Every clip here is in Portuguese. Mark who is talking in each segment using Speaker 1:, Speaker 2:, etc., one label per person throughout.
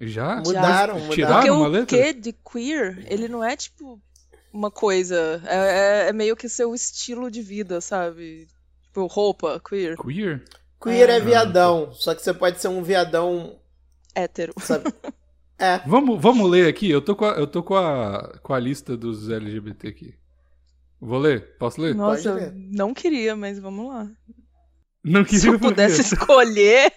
Speaker 1: Já?
Speaker 2: Mudaram,
Speaker 1: Mas
Speaker 2: mudaram.
Speaker 1: Tiraram
Speaker 2: Porque
Speaker 1: uma
Speaker 2: o
Speaker 1: Tá letra?
Speaker 3: Porque o que de queer, ele não é tipo uma coisa. É, é- é meio que seu estilo de vida, sabe? Tipo, roupa, queer,
Speaker 1: Queer?
Speaker 2: Queer
Speaker 1: Ah.
Speaker 2: é viadão, só que você pode ser um viadão,
Speaker 3: hétero.
Speaker 2: sabe?
Speaker 1: Vamos, vamos ler aqui. Eu tô, com a, eu tô com, a, com a lista dos LGBT aqui. Vou ler? Posso ler?
Speaker 3: Nossa,
Speaker 2: ler.
Speaker 3: eu não queria, mas vamos lá.
Speaker 1: Não queria
Speaker 3: Se eu
Speaker 1: por quê?
Speaker 3: pudesse escolher.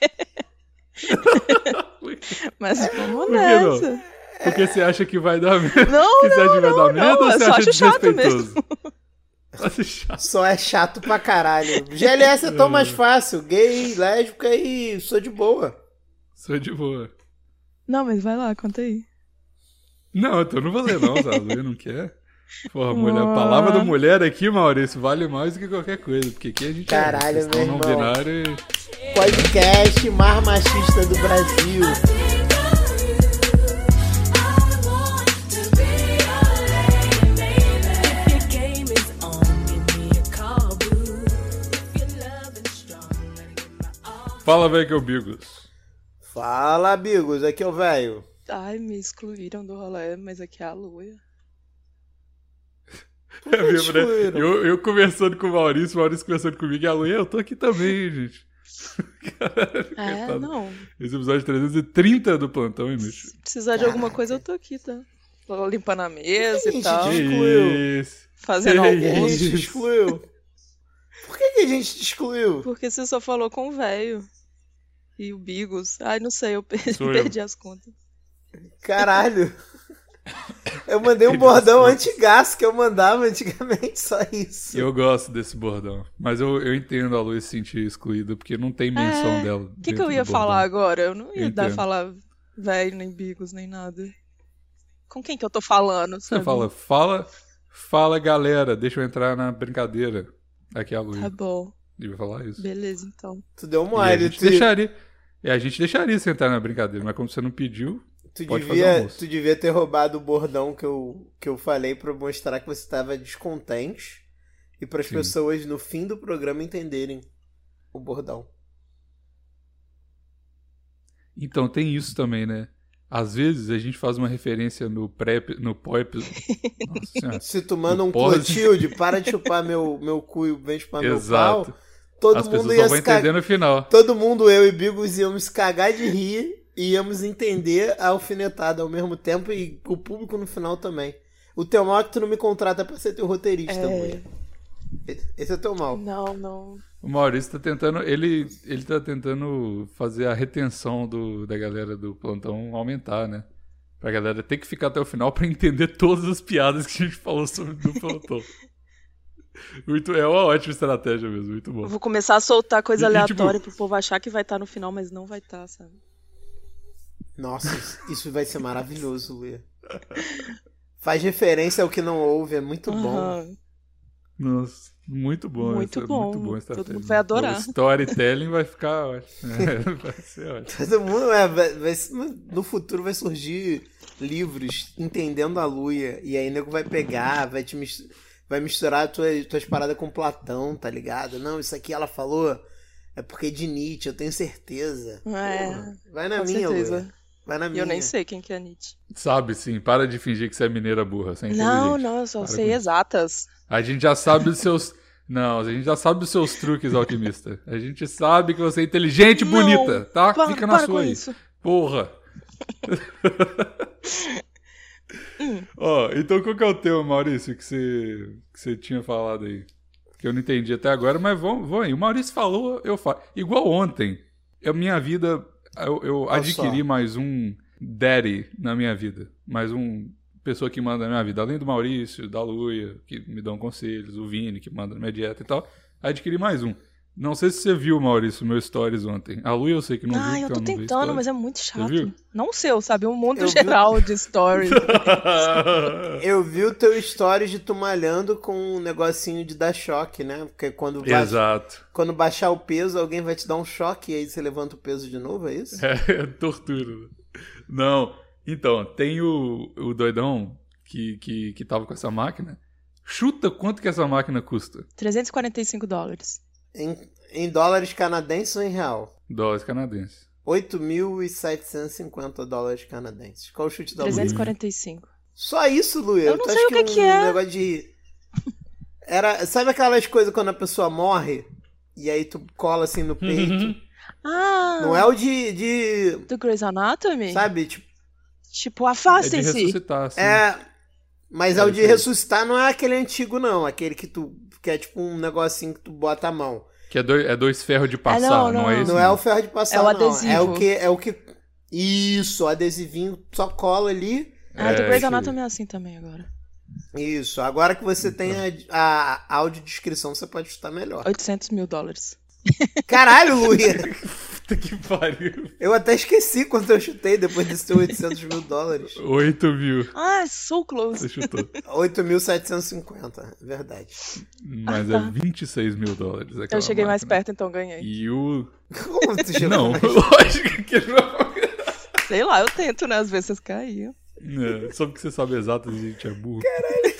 Speaker 3: mas vamos
Speaker 1: Por que não?
Speaker 3: nessa.
Speaker 1: Porque você acha que vai dar medo?
Speaker 3: Não,
Speaker 1: Porque você acha que vai dar medo
Speaker 3: não,
Speaker 1: ou
Speaker 3: eu
Speaker 1: você
Speaker 3: só
Speaker 1: acha
Speaker 3: acho chato
Speaker 1: desrespeitoso? Acho chato.
Speaker 2: Só é chato pra caralho. GLS é tão mais fácil. Gay, lésbica e sou de boa.
Speaker 1: Sou de boa.
Speaker 3: não, mas vai lá, conta aí.
Speaker 1: Não, então não vou ler não, sabe? Eu não quer. Porra, mulher, a
Speaker 3: Ah.
Speaker 1: palavra da mulher aqui, Maurício, vale mais do que qualquer coisa. Porque aqui a gente
Speaker 2: Caralho,
Speaker 1: é questão
Speaker 2: meu
Speaker 1: não
Speaker 2: irmão.
Speaker 1: binária e-
Speaker 2: Podcast mais machista do Brasil.
Speaker 1: Fala, velho, que eu bigos.
Speaker 2: Fala, amigos. Aqui é o velho.
Speaker 3: Ai, me excluíram do rolê, mas aqui é a Luia.
Speaker 1: É mesmo, né?
Speaker 2: excluíram?
Speaker 1: Eu, eu conversando com o Maurício, o Maurício conversando comigo e a Lu, eu tô aqui também, gente. Caralho,
Speaker 3: É,
Speaker 1: coitado.
Speaker 3: não.
Speaker 1: Esse episódio 330 do Plantão Inútil.
Speaker 3: Se precisar de alguma coisa, eu tô aqui, tá? Tô limpando a mesa e
Speaker 2: Gente,
Speaker 3: tal,
Speaker 1: Que
Speaker 2: excluiu.
Speaker 1: isso.
Speaker 3: fazendo
Speaker 1: que
Speaker 2: Por que a
Speaker 3: almoço.
Speaker 1: isso.
Speaker 2: gente te excluiu? Por que, que a gente te excluiu?
Speaker 3: Porque você só falou com o velho. E o Bigos. Ai, não sei, eu per-
Speaker 1: Sou eu.
Speaker 3: perdi as contas.
Speaker 2: Caralho. Eu mandei um bordão antigaço que eu mandava antigamente, só isso.
Speaker 1: Eu gosto desse bordão. Mas eu, eu entendo a Lu se sentir excluída, porque não tem menção
Speaker 3: É,
Speaker 1: dela.
Speaker 3: O que, que eu ia falar agora? Eu não ia
Speaker 1: Eu
Speaker 3: dar
Speaker 1: entendo.
Speaker 3: falar velho, nem Bigos, nem nada. Com quem que eu tô falando?
Speaker 1: Você
Speaker 3: sabe?
Speaker 1: fala, fala, fala galera, deixa eu entrar na brincadeira. Aqui é a Lu.
Speaker 3: Tá bom,
Speaker 1: Devia falar isso.
Speaker 3: beleza então.
Speaker 2: Tu deu
Speaker 1: E a
Speaker 2: mole,
Speaker 1: gente
Speaker 2: tu,
Speaker 1: deixaria. E a gente deixaria você entrar na brincadeira, mas como você não pediu,
Speaker 2: tu,
Speaker 1: pode fazer
Speaker 2: devia,
Speaker 1: almoço.
Speaker 2: tu devia ter roubado o bordão que eu, que eu falei pra mostrar que você tava descontente e para as
Speaker 1: Sim.
Speaker 2: pessoas no fim do programa entenderem o bordão.
Speaker 1: Então tem isso também, né? Às vezes a gente faz uma referência no pré no pós. Nossa senhora.
Speaker 2: Se tu manda um
Speaker 1: Pode.
Speaker 2: Clotilde, para de chupar meu, meu cu e vem chupar meu
Speaker 1: Exato.
Speaker 2: pau, todo
Speaker 1: As
Speaker 2: mundo
Speaker 1: pessoas só
Speaker 2: ia
Speaker 1: vão
Speaker 2: se cagar.
Speaker 1: entender no final.
Speaker 2: Todo mundo, eu e Bigos, íamos se cagar de rir e íamos entender a alfinetada ao mesmo tempo e o público no final também. O teu mal é que tu não me contrata pra ser teu roteirista, mulher. Esse é o teu mal.
Speaker 3: Não, não.
Speaker 1: O Maurício tá tentando. Ele, ele tá tentando fazer a retenção do, da galera do plantão aumentar, né? Pra galera ter que ficar até o final pra entender todas as piadas que a gente falou sobre do plantão. Muito, é uma ótima estratégia mesmo, muito
Speaker 3: Eu
Speaker 1: bom.
Speaker 3: vou começar a soltar coisa
Speaker 1: E- e, tipo-
Speaker 3: aleatória pro povo achar que vai estar no final, mas não vai estar, sabe?
Speaker 2: Nossa, isso vai ser maravilhoso, Luia. Faz referência ao que não houve, é muito bom.
Speaker 3: Aham.
Speaker 1: Nossa, muito bom.
Speaker 3: Muito
Speaker 1: essa-
Speaker 3: bom,
Speaker 1: Muito bom a
Speaker 3: todo
Speaker 1: estratégia.
Speaker 3: mundo vai adorar.
Speaker 1: O storytelling vai ficar ótimo. É, vai ser ótimo.
Speaker 2: Todo mundo é, vai, vai- no futuro vai surgir livros entendendo a Luia. E aí nego vai pegar, vai te mis- vai misturar tuas, tuas paradas com Platão, tá ligado? Não, isso aqui ela falou é porque é de Nietzsche, eu tenho certeza.
Speaker 3: É,
Speaker 2: Vai na
Speaker 3: com
Speaker 2: minha,
Speaker 3: certeza.
Speaker 2: Luia. Vai na
Speaker 3: E
Speaker 2: minha.
Speaker 3: eu nem sei quem que é Nietzsche.
Speaker 1: Sabe sim, para de fingir que você é mineira burra, você é
Speaker 3: Não,
Speaker 1: inteligente.
Speaker 3: não, eu só
Speaker 1: Para
Speaker 3: sei
Speaker 1: com isso.
Speaker 3: exatas.
Speaker 1: A gente já sabe os seus. Não, a gente já sabe os seus truques, alquimista. A gente sabe que você é inteligente e
Speaker 3: Não,
Speaker 1: bonita, tá?
Speaker 3: Para,
Speaker 1: Fica na
Speaker 3: para com
Speaker 1: sua aí.
Speaker 3: isso.
Speaker 1: Porra. Ó, então qual que é o teu, Maurício, que você, que você tinha falado aí? Que eu não entendi até agora, mas vamos, vamos aí. O Maurício falou, eu falo. Igual ontem, a minha vida, eu, eu adquiri
Speaker 2: só.
Speaker 1: mais um daddy na minha vida. Mais um pessoa que manda na minha vida. Além do Maurício, da Luia, que me dão conselhos, o Vini, que manda na minha dieta e tal. Adquiri mais um. Não sei se você viu, Maurício, meu stories ontem. A Luia eu sei que não
Speaker 3: Ah,
Speaker 1: viu,
Speaker 3: eu
Speaker 1: porque
Speaker 3: tô
Speaker 1: ela não vê stories.
Speaker 3: tentando, mas é muito
Speaker 1: viu?
Speaker 3: chato. Não o seu, sabe? Um mundo
Speaker 2: Eu vi.
Speaker 3: geral de stories.
Speaker 2: Eu vi o teu stories de tu malhando com um negocinho de dar choque, né? Porque quando, baixa-
Speaker 1: Exato.
Speaker 2: quando baixar o peso, alguém vai te dar um choque e aí você levanta o peso de novo, é isso?
Speaker 1: É, tortura. Não. Então, tem o, o doidão que, que, que tava com essa máquina. Chuta quanto que essa máquina custa.
Speaker 3: 345 dólares.
Speaker 2: Em, em dólares canadenses ou em real?
Speaker 1: Dólares canadenses.
Speaker 2: 8.750 dólares canadenses. Qual o chute da Luia?
Speaker 3: 345.
Speaker 2: Só isso, Luia.
Speaker 3: Eu não
Speaker 2: tu
Speaker 3: sei
Speaker 2: acha
Speaker 3: o que que
Speaker 2: um
Speaker 3: é.
Speaker 2: negócio de. Era... Sabe aquelas coisas quando a pessoa morre? E aí tu cola assim no peito.
Speaker 3: Ah,
Speaker 2: Não é o de. de...
Speaker 3: do Grey's Anatomy?
Speaker 2: Sabe? Tipo,
Speaker 3: Tipo,
Speaker 1: É de
Speaker 3: afastem-se.
Speaker 1: ressuscitar, assim.
Speaker 2: é. Mas é o de
Speaker 1: Pode crer.
Speaker 2: ressuscitar não é aquele antigo, não. Aquele que tu. Que é tipo um negocinho que tu bota a mão.
Speaker 1: Que é dois, é dois ferros de passar,
Speaker 3: Ah, não,
Speaker 1: não,
Speaker 3: não.
Speaker 1: é isso?
Speaker 2: Não é o ferro de passar,
Speaker 3: É o
Speaker 2: não.
Speaker 3: adesivo.
Speaker 2: É o que. É o que... Isso, o adesivinho só cola ali.
Speaker 3: ah, do
Speaker 1: É,
Speaker 3: Grey's
Speaker 1: isso aí.
Speaker 3: Anatomy é assim também agora.
Speaker 2: Isso. Agora que você tem a, a audiodescrição, você pode chutar melhor.
Speaker 3: 800 mil dólares.
Speaker 2: Caralho, Luia!
Speaker 1: Puta que pariu.
Speaker 2: Eu até esqueci quanto eu chutei depois desse teu 800 mil dólares.
Speaker 1: 8 mil.
Speaker 3: Ah, so close.
Speaker 1: Você chutou.
Speaker 2: 8.750, é verdade.
Speaker 1: Mas
Speaker 3: Ah,
Speaker 1: é
Speaker 3: tá.
Speaker 1: 26 mil dólares.
Speaker 3: Eu
Speaker 1: aquela
Speaker 3: cheguei mais
Speaker 1: máquina.
Speaker 3: perto, então ganhei.
Speaker 1: é E o.
Speaker 2: Como tu chegou?
Speaker 1: Não,
Speaker 2: mais?
Speaker 1: lógico que não.
Speaker 3: Sei lá, eu tento, né? Às vezes caiu.
Speaker 1: É, só porque você sabe exatas, a gente é burro. Caralho.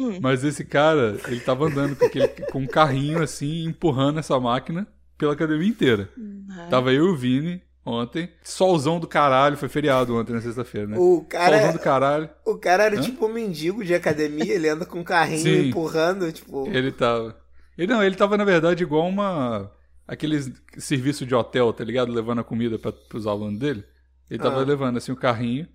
Speaker 3: Hum.
Speaker 1: Mas esse cara, ele tava andando com, aquele, com um carrinho assim, empurrando essa máquina pela academia inteira.
Speaker 2: É.
Speaker 3: Ah,
Speaker 1: Tava eu e o Vini ontem. Solzão do caralho, foi feriado ontem na sexta-feira, né?
Speaker 2: O
Speaker 1: Solzão do
Speaker 2: cara,
Speaker 1: caralho.
Speaker 2: o cara era
Speaker 1: Hã?
Speaker 2: tipo um mendigo de academia, ele anda com um carrinho
Speaker 1: Sim. É.
Speaker 2: empurrando, tipo.
Speaker 1: Ele tava. Ele não, ele tava, na verdade, igual uma. Aqueles serviço de hotel, tá ligado? Levando a comida pra, pros alunos dele. Ele tava
Speaker 2: Ah.
Speaker 1: levando, assim, o carrinho.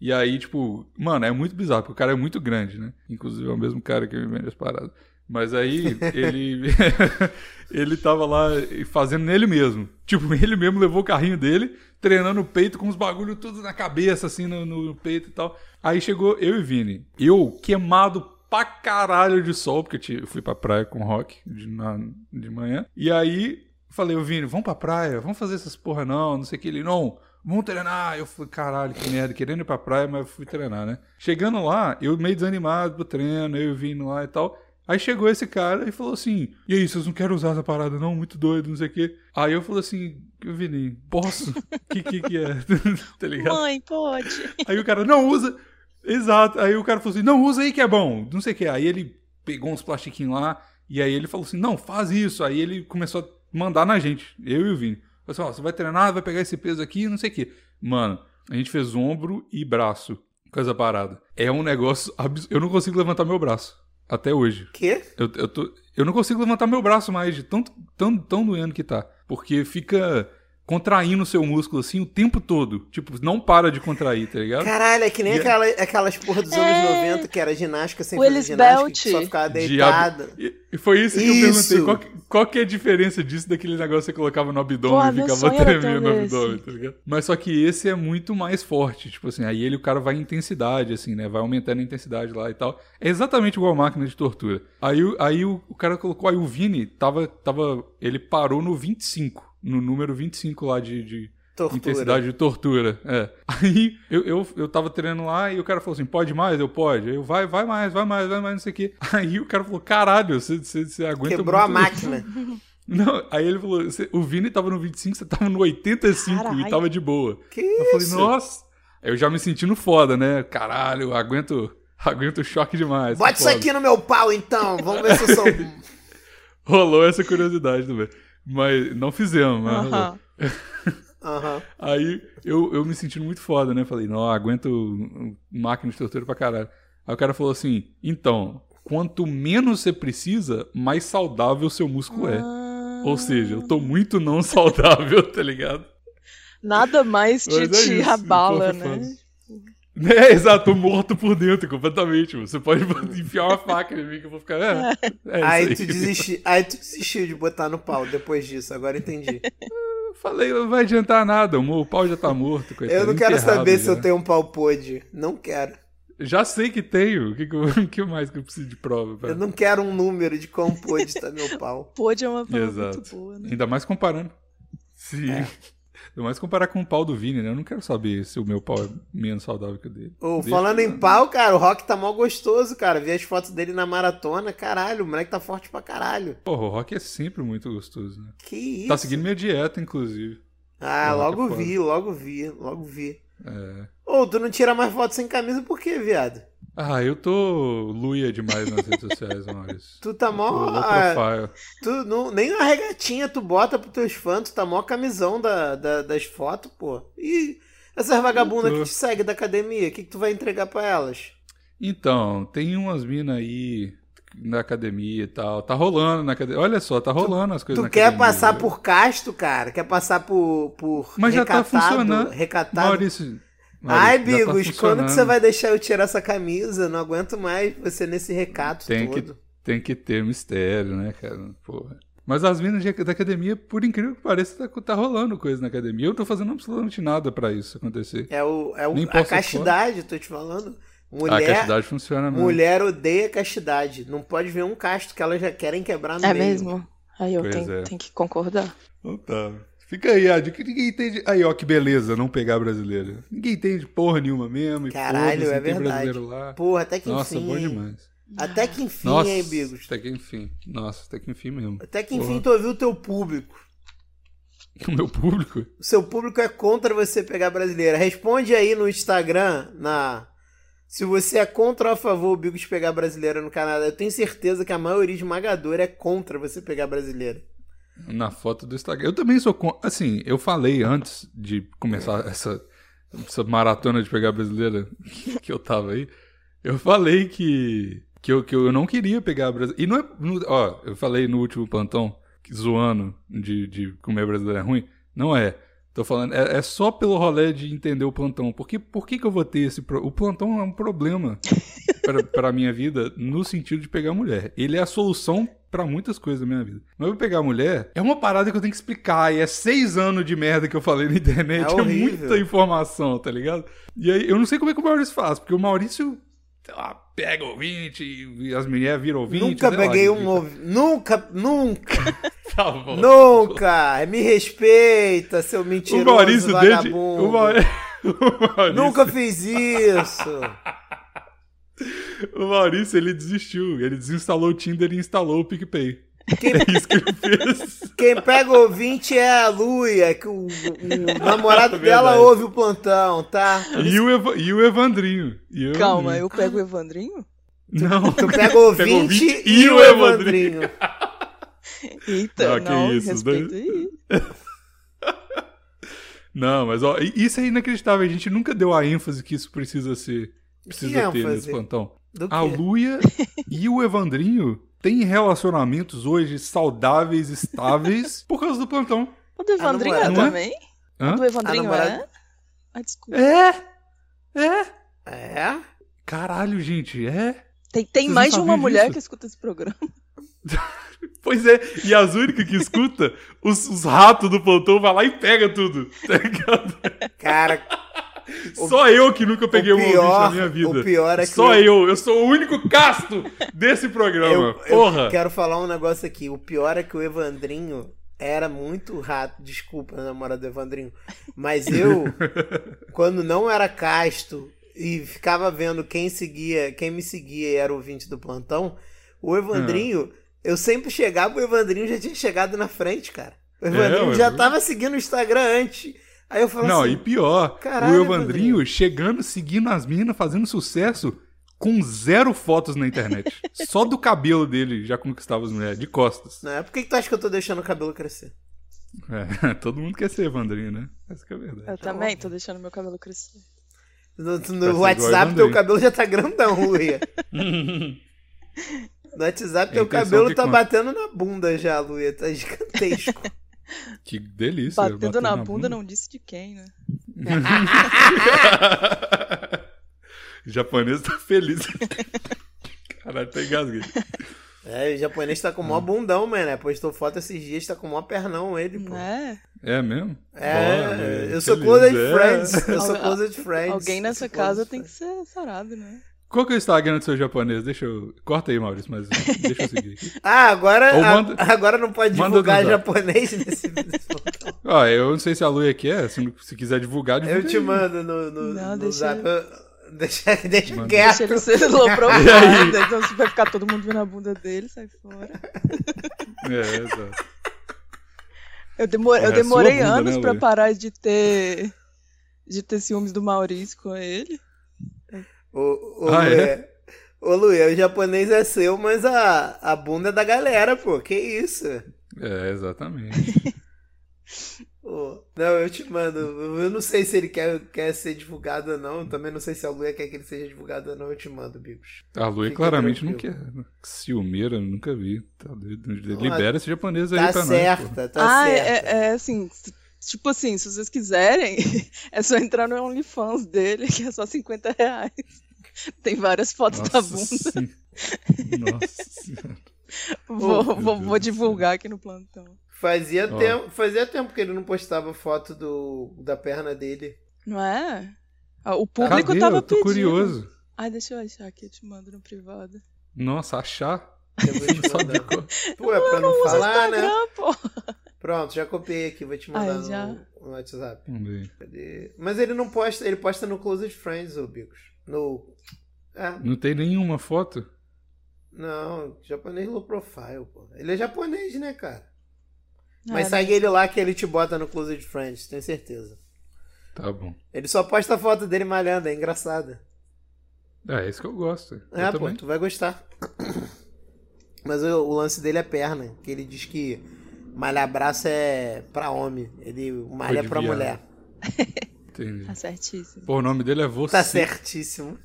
Speaker 1: E aí, tipo, mano, é muito bizarro, porque o cara é muito grande, né? Inclusive é o mesmo cara que me vende as paradas. Mas aí, ele. ele tava lá fazendo nele mesmo. Tipo, ele mesmo levou o carrinho dele, treinando o peito com os bagulho tudo na cabeça, assim, no, no peito e tal. Aí chegou eu e Vini. Eu queimado pra caralho de sol, porque eu ti- eu fui pra praia com o Rock de, na- de manhã. E aí falei, ô Vini, vamos pra praia, vamos fazer essas porra não, não sei o que. Ele, não, vamos treinar. Eu falei, caralho, que merda, querendo ir pra praia, mas eu fui treinar, né? Chegando lá, eu meio desanimado pro treino, eu e o Vini lá e tal. Aí chegou esse cara e falou assim: E aí, vocês não querem usar essa parada, não? Muito doido, não sei o quê. Aí eu falei assim: Vini, posso? Que que que é? tá ligado?
Speaker 3: Mãe, pode.
Speaker 1: Aí o cara, não usa. Exato. Aí o cara falou assim, não, usa aí que é bom. Não sei o que. Aí ele pegou uns plastiquinhos lá. E aí ele falou assim, não, faz isso. Aí ele começou a mandar na gente. Eu e o Vini. Falou assim, ó, você vai treinar, vai pegar esse peso aqui, não sei o que. Mano, a gente fez ombro e braço. Coisa parada. É um negócio absurdo. Eu não consigo levantar meu braço. Até hoje.
Speaker 2: Quê?
Speaker 1: Eu, eu, tô, eu não consigo levantar meu braço mais, de tão, tão, tão doendo que tá. Porque fica contraindo o seu músculo assim o tempo todo. Tipo, não para de contrair, tá ligado?
Speaker 2: Caralho, é que nem
Speaker 1: E-
Speaker 2: aquela, aquelas porra dos
Speaker 3: É.
Speaker 2: anos 90 que era ginástica sem
Speaker 3: O
Speaker 2: fazer
Speaker 3: Elis
Speaker 2: ginástica,
Speaker 3: Belt.
Speaker 2: que só ficava
Speaker 1: De
Speaker 2: deitada.
Speaker 1: E e foi isso que eu
Speaker 2: Isso.
Speaker 1: perguntei. Qual que, qual que é a diferença disso daquele negócio que você colocava no abdômen
Speaker 3: Porra,
Speaker 1: e
Speaker 3: meu
Speaker 1: ficava
Speaker 3: sonho era ter um
Speaker 1: tremendo no
Speaker 3: desse.
Speaker 1: abdômen, tá ligado? Mas só que esse é muito mais forte. Tipo assim, aí ele, o cara vai em intensidade, assim, né? Vai aumentando a intensidade lá e tal. É exatamente igual a máquina de tortura. Aí, o- aí o, o cara colocou, aí o Vini tava, tava. Ele parou no 25. No número 25 lá de- de,
Speaker 2: Tortura.
Speaker 1: Intensidade de tortura, é. Aí eu, eu, eu tava treinando lá e o cara falou assim: pode mais? Eu pode. Aí eu, vai, vai mais, vai mais, vai mais, não sei o quê. Aí o cara falou: caralho, você, você, você aguenta
Speaker 2: Quebrou a
Speaker 1: muito-
Speaker 2: máquina.
Speaker 1: Não, aí ele falou: "Você- o Vini tava no 25, você tava no 85
Speaker 3: Caralho.
Speaker 1: e tava de boa.
Speaker 2: Que
Speaker 1: Eu falei:
Speaker 2: isso?
Speaker 1: nossa. Aí eu já me sentindo foda, né? Caralho, eu aguento, aguento o choque demais.
Speaker 2: Bota isso
Speaker 1: é foda.
Speaker 2: aqui no meu pau, então. Vamos ver se eu sou.
Speaker 1: Rolou essa curiosidade também. Mas não fizemos, mas rolou.
Speaker 3: Aham.
Speaker 2: Aham.
Speaker 1: É Aí eu, eu me sentindo muito foda, né? Falei, não, aguento um- um máquina de tortura pra caralho. Aí o cara falou assim: então, quanto menos você precisa, mais saudável seu músculo é.
Speaker 3: Ah,
Speaker 1: Ou seja, eu tô muito não saudável, tá ligado?
Speaker 3: Nada mais te,
Speaker 1: Mas é
Speaker 3: te
Speaker 1: isso,
Speaker 3: abala,
Speaker 1: um
Speaker 3: né?
Speaker 1: pouco É, exato, tô morto por dentro completamente. mano. Você pode enfiar uma faca em mim que eu vou ficar. É, é isso
Speaker 2: Aí
Speaker 1: aí.
Speaker 2: tu, desisti... aí tu desistiu de botar no pau depois disso, agora entendi.
Speaker 1: Eu falei, não vai adiantar nada, amor, o pau já tá morto. Coitado,
Speaker 2: Eu não quero
Speaker 1: enterrado
Speaker 2: saber se
Speaker 1: já.
Speaker 2: eu tenho um pau podre. Não quero.
Speaker 1: Já sei que tenho. O que, que, eu- o que mais que eu preciso de prova? pra-
Speaker 2: Eu não quero um número de quão podre tá meu pau.
Speaker 3: Pode é uma palavra muito
Speaker 1: Exato.
Speaker 3: boa, né?
Speaker 1: Ainda mais comparando. Sim.
Speaker 2: É.
Speaker 1: Ainda mais comparar com o pau do Vini, né? Eu não quero saber se o meu pau é menos saudável que o dele.
Speaker 2: Ô,
Speaker 1: Deixa
Speaker 2: falando
Speaker 1: lá.
Speaker 2: em pau, cara, o Rock tá mal gostoso, cara. Vi as fotos dele na maratona. Caralho, o moleque tá forte pra caralho.
Speaker 1: Porra, o rock é sempre muito gostoso, né?
Speaker 2: Que isso?
Speaker 1: Tá seguindo minha dieta, inclusive.
Speaker 2: Ah,
Speaker 1: O Rock é
Speaker 2: logo
Speaker 1: foda.
Speaker 2: vi, logo vi, logo vi.
Speaker 1: É.
Speaker 2: Ô, tu não tira mais foto sem camisa por quê, viado?
Speaker 1: Ah, eu tô luia demais nas redes sociais, Maurício.
Speaker 2: Tu tá mó.
Speaker 1: Tô low profile.
Speaker 2: Tu não, nem uma regatinha tu bota pros teus fãs, tu tá mó camisão da, da- das fotos, pô. E essas vagabundas que te seguem da academia, o que, que tu vai entregar pra elas?
Speaker 1: Então, tem umas minas aí na academia e tal. Tá rolando na academia. Olha só, tá rolando as coisas
Speaker 2: tu
Speaker 1: na
Speaker 2: quer
Speaker 1: academia. né?
Speaker 2: passar por casto, cara? Quer passar por, por
Speaker 1: Mas já tá
Speaker 2: recatado?
Speaker 1: funcionando.
Speaker 2: recatado?
Speaker 1: Maurício.
Speaker 2: tá- Ai,
Speaker 1: Maurício, já tá
Speaker 2: Bigos, quando que você
Speaker 1: funcionando.
Speaker 2: vai deixar eu tirar essa camisa? Não aguento mais você nesse recato
Speaker 1: Tem que-
Speaker 2: todo.
Speaker 1: Tem que ter mistério, né, cara? Porra. Mas as minas de- da academia, por incrível que pareça, tá, tá rolando coisa na academia. Eu tô fazendo absolutamente nada pra isso acontecer.
Speaker 2: É, o, é o,
Speaker 1: Nem
Speaker 2: a
Speaker 1: posso
Speaker 2: castidade, tô te falando.
Speaker 1: a
Speaker 2: Mulher,
Speaker 1: castidade é funciona mesmo.
Speaker 2: mulher odeia castidade. Não pode ver um casto que elas já querem quebrar no
Speaker 3: É
Speaker 2: meio.
Speaker 3: mesmo? Aí eu
Speaker 1: Pois
Speaker 3: tenho,
Speaker 1: é.
Speaker 3: tenho que concordar.
Speaker 1: Então tá. Fica aí, Ad, que ninguém entende. Aí, ó, que beleza não pegar brasileiro. Ninguém entende porra nenhuma mesmo. e
Speaker 2: Caralho,
Speaker 1: foda-se, não
Speaker 2: é
Speaker 1: tem
Speaker 2: verdade.
Speaker 1: brasileiro lá.
Speaker 2: Porra, até que
Speaker 1: Nossa,
Speaker 2: enfim.
Speaker 1: bom
Speaker 2: hein?
Speaker 1: demais.
Speaker 2: Até que enfim,
Speaker 1: Nossa,
Speaker 2: hein, Bigos?
Speaker 1: até que enfim. Nossa, até que enfim mesmo.
Speaker 2: Até que
Speaker 1: Porra.
Speaker 2: enfim tu ouviu o teu público.
Speaker 1: O meu público?
Speaker 2: O seu público é contra você pegar brasileira. Responde aí no Instagram, na. Se você é contra ou a favor o Bigos pegar brasileira no Canadá, eu tenho certeza que a maioria esmagadora é contra você pegar brasileira.
Speaker 1: Na foto do Instagram. Eu também sou. con- Assim, eu falei antes de começar essa, essa maratona de pegar brasileira que eu tava aí. Eu falei que. Que eu, que eu não queria pegar brasileira. E não é. não- ó, eu falei no último plantão, que zoando, de, de comer brasileiro é ruim. Não é. Tô falando. É, é só pelo rolê de entender o plantão. Porque, por que, que eu vou ter esse. pro- O plantão é um problema pra, pra minha vida no sentido de pegar mulher. Ele é a solução pra muitas coisas da minha vida. Mas eu pegar mulher é uma parada que eu tenho que explicar. E é seis anos de merda que eu falei na internet.
Speaker 2: É
Speaker 1: É,
Speaker 2: horrível.
Speaker 1: muita informação, tá ligado? E aí eu não sei como é que o Maurício faz, porque o Maurício. Sei lá, pega ouvinte, e as mulheres viram ouvinte.
Speaker 2: nunca
Speaker 1: sei lá,
Speaker 2: peguei
Speaker 1: que-
Speaker 2: um ouvi- Nunca, nunca,
Speaker 1: Tá bom.
Speaker 2: nunca! Me respeita, seu mentiroso
Speaker 1: o Maurício desde.
Speaker 2: vagabundo.
Speaker 1: O Maurício, o Maurício-
Speaker 2: Nunca fiz isso!
Speaker 1: o Maurício, ele desistiu. Ele desinstalou o Tinder e instalou o PicPay. É isso que ele fez.
Speaker 2: Quem pega ouvinte é a Luia, que o, o namorado dela
Speaker 1: É Verdade.
Speaker 2: ouve o plantão, tá?
Speaker 1: E o, Eva- e o Evandrinho. E o
Speaker 3: Calma,
Speaker 1: Evandrinho.
Speaker 3: eu pego o Evandrinho?
Speaker 1: Não.
Speaker 2: Tu pega ouvinte,
Speaker 1: ouvinte
Speaker 2: e,
Speaker 1: e
Speaker 2: o
Speaker 1: o
Speaker 2: Evandrinho.
Speaker 3: Eita,
Speaker 1: Ah, que
Speaker 3: não,
Speaker 1: isso, os dois-
Speaker 3: respeito aí.
Speaker 1: Não, mas ó, i- isso é inacreditável. A gente nunca deu a ênfase que isso precisa ser. Precisa ter
Speaker 2: ênfase?
Speaker 1: nesse plantão.
Speaker 2: um
Speaker 1: Ah,
Speaker 2: Do
Speaker 1: A
Speaker 2: quê?
Speaker 1: Luia e o Evandrinho têm relacionamentos hoje saudáveis, estáveis, por causa do plantão.
Speaker 3: O do Evandrinho é
Speaker 2: namorada-
Speaker 1: Não é?
Speaker 3: também?
Speaker 1: Hã?
Speaker 3: O do Evandrinho
Speaker 2: namorada-
Speaker 3: é? Ah, desculpa.
Speaker 1: É! É!
Speaker 2: É?
Speaker 1: Caralho, gente, é!
Speaker 3: Tem, tem
Speaker 1: Vocês não
Speaker 3: mais de uma
Speaker 1: sabiam
Speaker 3: mulher
Speaker 1: disso?
Speaker 3: que escuta esse programa.
Speaker 1: Pois é, e as únicas que escuta, os, os ratos do plantão vai lá e pega tudo. tá ligado?
Speaker 2: Cara, O-
Speaker 1: Só eu que nunca peguei
Speaker 2: o
Speaker 1: um ouvinte na
Speaker 2: pior,
Speaker 1: minha vida.
Speaker 2: o pior é que
Speaker 1: Só eu, eu sou o único casto desse programa.
Speaker 2: eu- eu
Speaker 1: Porra!
Speaker 2: quero falar um negócio aqui. O pior é que o Evandrinho era muito rato. Desculpa, namorada do Evandrinho. Mas eu, quando não era casto e ficava vendo quem seguia, quem me seguia e era ouvinte do plantão, o Evandrinho,
Speaker 1: Ah.
Speaker 2: eu sempre chegava, o Evandrinho já tinha chegado na frente, cara. O Evandrinho
Speaker 1: É, ué,
Speaker 2: já
Speaker 1: eu-
Speaker 2: tava seguindo o Instagram antes. Aí eu falava
Speaker 1: Não,
Speaker 2: assim,
Speaker 1: e pior,
Speaker 2: Caralho,
Speaker 1: o
Speaker 2: Evandrinho.
Speaker 1: Evandrinho chegando, seguindo as minas, fazendo sucesso com zero fotos na internet. Só do cabelo dele já conquistava as mulheres, de costas.
Speaker 2: né? Por que, que tu acha que eu tô deixando o cabelo crescer?
Speaker 1: É, todo mundo quer ser Evandrinho, né? Essa que é a verdade.
Speaker 3: Eu também, tô deixando meu cabelo crescer.
Speaker 2: No, no
Speaker 1: igual
Speaker 2: WhatsApp,
Speaker 1: Evandrinho.
Speaker 2: teu cabelo já tá grandão, Luia. No WhatsApp,
Speaker 1: É
Speaker 2: teu
Speaker 1: a intenção
Speaker 2: cabelo
Speaker 1: que
Speaker 2: tá
Speaker 1: conta.
Speaker 2: batendo na bunda já, Luia. Tá gigantesco. É.
Speaker 1: que delícia.
Speaker 3: Batendo,
Speaker 1: bater
Speaker 3: na, bunda, não disse de quem, né?
Speaker 1: O japonês tá feliz. Caralho, tá engasguei.
Speaker 2: é, o japonês tá com mó
Speaker 1: Hum.
Speaker 2: bundão, mano. né? Postou foto esses dias, tá com mó pernão ele, pô.
Speaker 3: Né?
Speaker 1: É mesmo?
Speaker 2: É,
Speaker 1: Bora,
Speaker 2: eu
Speaker 1: velho,
Speaker 2: sou
Speaker 1: feliz,
Speaker 2: closet
Speaker 1: é.
Speaker 2: friends. Eu sou
Speaker 3: Algu-
Speaker 2: closet friends.
Speaker 3: Alguém
Speaker 2: Eu
Speaker 3: nessa
Speaker 1: tipo,
Speaker 2: sou
Speaker 3: casa
Speaker 2: closet
Speaker 3: tem que ser sarado, né?
Speaker 1: Qual que é o Instagram do seu japonês? Deixa eu. Corta aí, Maurício, mas deixa eu seguir aqui.
Speaker 2: friends. Ah, agora,
Speaker 1: Ou
Speaker 2: a-
Speaker 1: manda-
Speaker 2: agora não pode
Speaker 1: manda
Speaker 2: divulgar
Speaker 1: no zap.
Speaker 2: japonês nesse nesse botão.
Speaker 1: Ó, Ah, eu não sei se a Lu aqui é, se, não- se quiser divulgar, divulga.
Speaker 2: Eu te
Speaker 1: aí.
Speaker 2: mando no, no,
Speaker 3: Não,
Speaker 2: no
Speaker 3: deixa-
Speaker 2: zap. Eu- Deixa, deixa
Speaker 1: Manda.
Speaker 2: quieto.
Speaker 3: Deixa ele ser loprofado, então se vai ficar todo mundo vendo a bunda dele, sai fora.
Speaker 1: É, exato.
Speaker 3: Eu,
Speaker 1: É,
Speaker 3: demor- eu
Speaker 1: sua
Speaker 3: demorei
Speaker 1: bunda,
Speaker 3: anos
Speaker 1: né,
Speaker 3: pra
Speaker 1: Luia?
Speaker 3: parar de ter de ter ciúmes do Maurício com ele.
Speaker 2: Ô, ô,
Speaker 1: Ah,
Speaker 2: Luê,
Speaker 1: é?
Speaker 2: ô Luê, o japonês é seu, mas a, a bunda é da galera, pô. Que isso?
Speaker 1: É, exatamente.
Speaker 2: Ô, não, eu te mando. Eu não sei se ele quer, quer ser divulgado ou não. Também não sei se a Luia quer que ele seja divulgado ou não. Eu te mando, Bicos.
Speaker 1: A Lua
Speaker 2: Fica
Speaker 1: claramente não quer.
Speaker 2: tranquilo.
Speaker 1: né? Que Ciumeira, eu nunca vi. Tá doido.
Speaker 2: Não,
Speaker 1: Libera esse japonês aí
Speaker 2: Tá
Speaker 1: pra nós.
Speaker 2: certa, tá
Speaker 3: ah, é-
Speaker 2: certa.
Speaker 3: É, é assim. t- Tipo assim, se vocês quiserem, é só entrar no OnlyFans dele, que é só 50 reais. Tem várias
Speaker 1: pô.
Speaker 3: fotos da bunda.
Speaker 1: se- Nossa senhora.
Speaker 3: Vou,
Speaker 1: Meu
Speaker 3: vou-
Speaker 1: Deus
Speaker 3: vou
Speaker 1: do céu.
Speaker 3: divulgar aqui no plantão.
Speaker 2: Fazia,
Speaker 1: Ó.
Speaker 2: tempo, fazia tempo que ele não postava foto do, da perna dele.
Speaker 3: Não é? Ah, O público
Speaker 1: Cadê?
Speaker 3: tava
Speaker 1: Eu tô
Speaker 3: pedindo.
Speaker 1: curioso.
Speaker 3: Ai, deixa eu achar aqui, eu te mando no privado.
Speaker 1: Nossa, achar?
Speaker 2: Eu vou te
Speaker 1: Só de
Speaker 2: mandar.
Speaker 1: cor.
Speaker 2: Pô, é pra não
Speaker 3: Usa o
Speaker 2: falar, né?
Speaker 3: Instagram, pô.
Speaker 2: Pronto, já copiei aqui. Vou te mandar
Speaker 3: Ah,
Speaker 2: no-
Speaker 3: já?
Speaker 2: no WhatsApp.
Speaker 1: Vamos ver.
Speaker 2: Cadê? Mas ele não posta, ele posta no Closed Friends, ô Bicos. No. Ah,
Speaker 1: Não tem nenhuma foto?
Speaker 2: não, japonês low profile, pô. Ele é japonês, né, cara? Mas
Speaker 3: Ah,
Speaker 2: segue ele lá que ele te bota no Closed Friends, tenho certeza.
Speaker 1: Tá bom.
Speaker 2: Ele só posta a foto dele malhando, é engraçado.
Speaker 1: É, é isso que eu gosto. Eu
Speaker 2: Ah, pô,
Speaker 1: também.
Speaker 2: tu vai gostar. Mas o, o lance dele é perna, que ele diz que malhar braço é pra homem, ele malha
Speaker 1: Foi de
Speaker 2: pra
Speaker 1: viado.
Speaker 2: mulher.
Speaker 1: Entendi.
Speaker 3: Tá certíssimo.
Speaker 1: Pô, o nome dele é você.
Speaker 2: Tá certíssimo.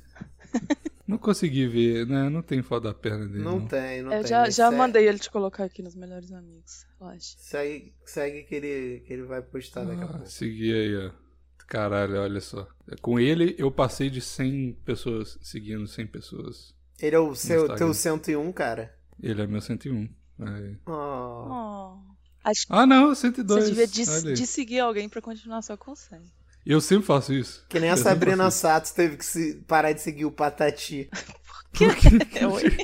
Speaker 1: Não consegui ver, né? Não tem foto da perna dele. Não,
Speaker 2: Não tem, não
Speaker 3: Eu
Speaker 2: tem.
Speaker 3: já,
Speaker 2: mas
Speaker 3: já
Speaker 2: segue-
Speaker 3: mandei ele te colocar aqui nos melhores amigos, relaxa.
Speaker 2: Segue, segue que, ele, que ele vai postar daqui a
Speaker 1: Ah,
Speaker 2: pouco.
Speaker 1: segui aí, ó. Caralho, olha só. Com ele, eu passei de 100 pessoas seguindo 100 pessoas.
Speaker 2: Ele é o seu,
Speaker 1: Instagram.
Speaker 2: teu 101, cara.
Speaker 1: Ele é meu 101. Aí.
Speaker 2: Oh.
Speaker 3: Oh. Acho que
Speaker 1: Ah, não, 102.
Speaker 3: você devia des-
Speaker 1: Olha aí.
Speaker 3: de seguir alguém pra continuar só com 100.
Speaker 1: Eu sempre faço isso.
Speaker 2: Que é nem a
Speaker 1: Eu sempre
Speaker 2: Sabrina
Speaker 1: faço
Speaker 2: Sato teve que se- parar de seguir o Patati.
Speaker 3: É, oi?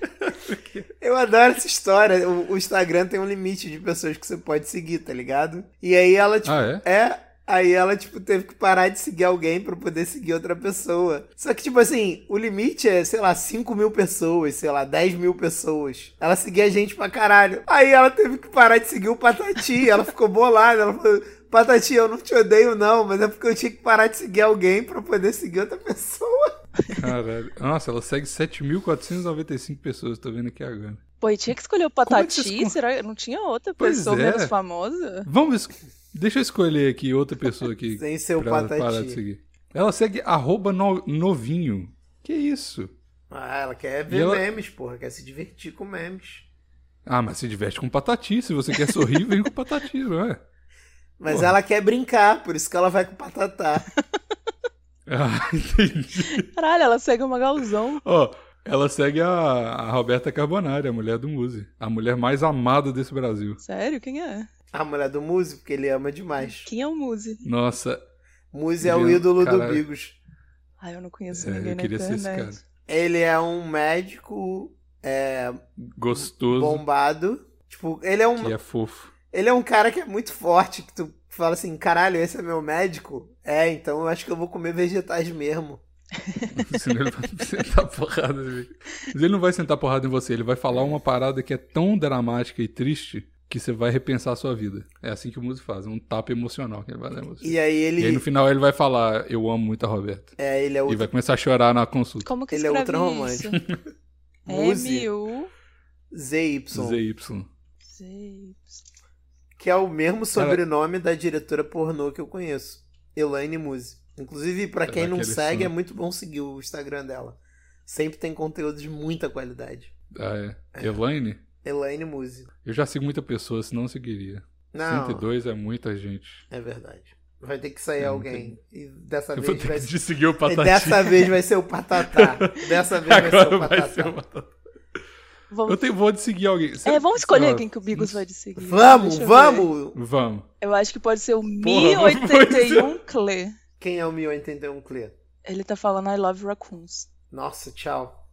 Speaker 2: Eu adoro essa história. O, o Instagram tem um limite de pessoas que você pode seguir, tá ligado? E aí ela,
Speaker 1: isso.
Speaker 2: tipo,
Speaker 1: Ah, é?
Speaker 2: é. Aí ela, tipo, teve que parar de seguir alguém pra poder seguir outra pessoa. Só que, tipo assim, o limite é, sei lá, 5 mil pessoas, sei lá, 10 mil pessoas. Ela seguia gente pra caralho. Aí ela teve que parar de seguir o Patati. Ela ficou bolada. Ela falou: Patati, eu não te odeio, não, mas é porque eu tinha que parar de seguir alguém pra poder seguir outra pessoa.
Speaker 1: Caralho. Nossa, ela segue 7.495 pessoas, tô vendo aqui agora.
Speaker 3: Pô, e tinha que escolher o
Speaker 1: Como é que
Speaker 3: Patati?
Speaker 1: vocês con-
Speaker 3: Será que não tinha outra
Speaker 1: Pois
Speaker 3: pessoa
Speaker 1: é.
Speaker 3: menos famosa?
Speaker 1: Vamos. es- Deixa eu escolher aqui outra pessoa que.
Speaker 2: Sem ser o
Speaker 1: pra ela parar de
Speaker 2: Patati.
Speaker 1: seguir. Ela segue arroba no- novinho. Que isso?
Speaker 2: Ah, ela quer ver
Speaker 1: ela-
Speaker 2: memes, porra. Quer se divertir com memes.
Speaker 1: Ah, mas se diverte com patati. Se você quer sorrir, vem com patati, não é?
Speaker 2: Mas
Speaker 1: Porra.
Speaker 2: ela quer brincar, por isso que ela vai com o Patatá.
Speaker 1: Ah, entendi.
Speaker 3: Caralho, ela segue uma Galzão.
Speaker 1: Ó, ela segue a, a Roberta Carbonari, a mulher do Muse. A mulher mais amada desse Brasil.
Speaker 3: Sério? Quem é?
Speaker 2: A mulher do Muzi, porque ele ama demais.
Speaker 3: Quem é o Muzi?
Speaker 1: Nossa,
Speaker 2: Muzi é o
Speaker 1: Ele-
Speaker 2: ídolo
Speaker 1: cara-
Speaker 2: do Bigos.
Speaker 3: Ah, eu não conheço
Speaker 1: É,
Speaker 3: ninguém
Speaker 1: eu
Speaker 3: na
Speaker 1: queria ser esse
Speaker 3: internet.
Speaker 2: Ele é um médico é,
Speaker 1: gostoso
Speaker 2: bombado. Tipo, ele é, um,
Speaker 1: que é fofo.
Speaker 2: ele é um cara que é muito forte, que tu fala assim, caralho, esse é meu médico? É, então eu acho que eu vou comer vegetais mesmo.
Speaker 1: Senão ele vai sentar porrada em mim. Mas ele não vai sentar porrada em você, ele vai falar uma parada que é tão dramática e triste que você vai repensar a sua vida. É assim que o Muse faz, um tapa emocional que ele vai dar em você.
Speaker 2: E aí
Speaker 1: E aí no
Speaker 2: ele,
Speaker 1: final ele vai falar, eu amo muito a Roberta.
Speaker 2: é, ele é
Speaker 1: E vai
Speaker 2: outro
Speaker 1: começar a chorar na consulta.
Speaker 3: Como que
Speaker 2: Ele é
Speaker 3: escreve
Speaker 2: ultra
Speaker 3: isso?
Speaker 2: romântico. Muzi
Speaker 3: M-U...
Speaker 2: ZY,
Speaker 1: ZY.
Speaker 3: Z...
Speaker 2: que é o
Speaker 1: Cara-
Speaker 2: mesmo sobrenome da diretora pornô que eu conheço, Elaine Muzi. Inclusive, pra quem não
Speaker 1: Aquele
Speaker 2: segue,
Speaker 1: som.
Speaker 2: é muito bom seguir o Instagram dela. Sempre tem conteúdo de muita qualidade.
Speaker 1: Ah, é. Elaine?
Speaker 2: Elaine Muzi.
Speaker 1: Eu já sigo muita pessoa, senão eu seguiria.
Speaker 2: Não,
Speaker 1: 102 é muita gente.
Speaker 2: é verdade. Vai ter que sair
Speaker 1: É, não
Speaker 2: alguém. E dessa
Speaker 1: Eu vou
Speaker 2: vez
Speaker 1: ter
Speaker 2: vai
Speaker 1: que seguir o
Speaker 2: ser... é
Speaker 1: Patati.
Speaker 2: Dessa vez vai ser o Patatá. Dessa vez vai ser
Speaker 1: Agora
Speaker 2: o Patatá.
Speaker 1: vai ser o Patati. Eu
Speaker 3: Vamos...
Speaker 1: tenho vontade de seguir alguém. Cê-
Speaker 3: É, vamos escolher
Speaker 1: sei lá,
Speaker 3: quem que o Bigos vai te seguir.
Speaker 2: Vamos,
Speaker 3: Deixa eu ver.
Speaker 2: vamos!
Speaker 1: Vamos.
Speaker 3: Eu acho que pode ser o
Speaker 1: vamos é.
Speaker 3: 1081 Cle.
Speaker 2: Quem é o 1081 Clê?
Speaker 3: um Ele tá falando I love raccoons.
Speaker 2: Nossa, tchau.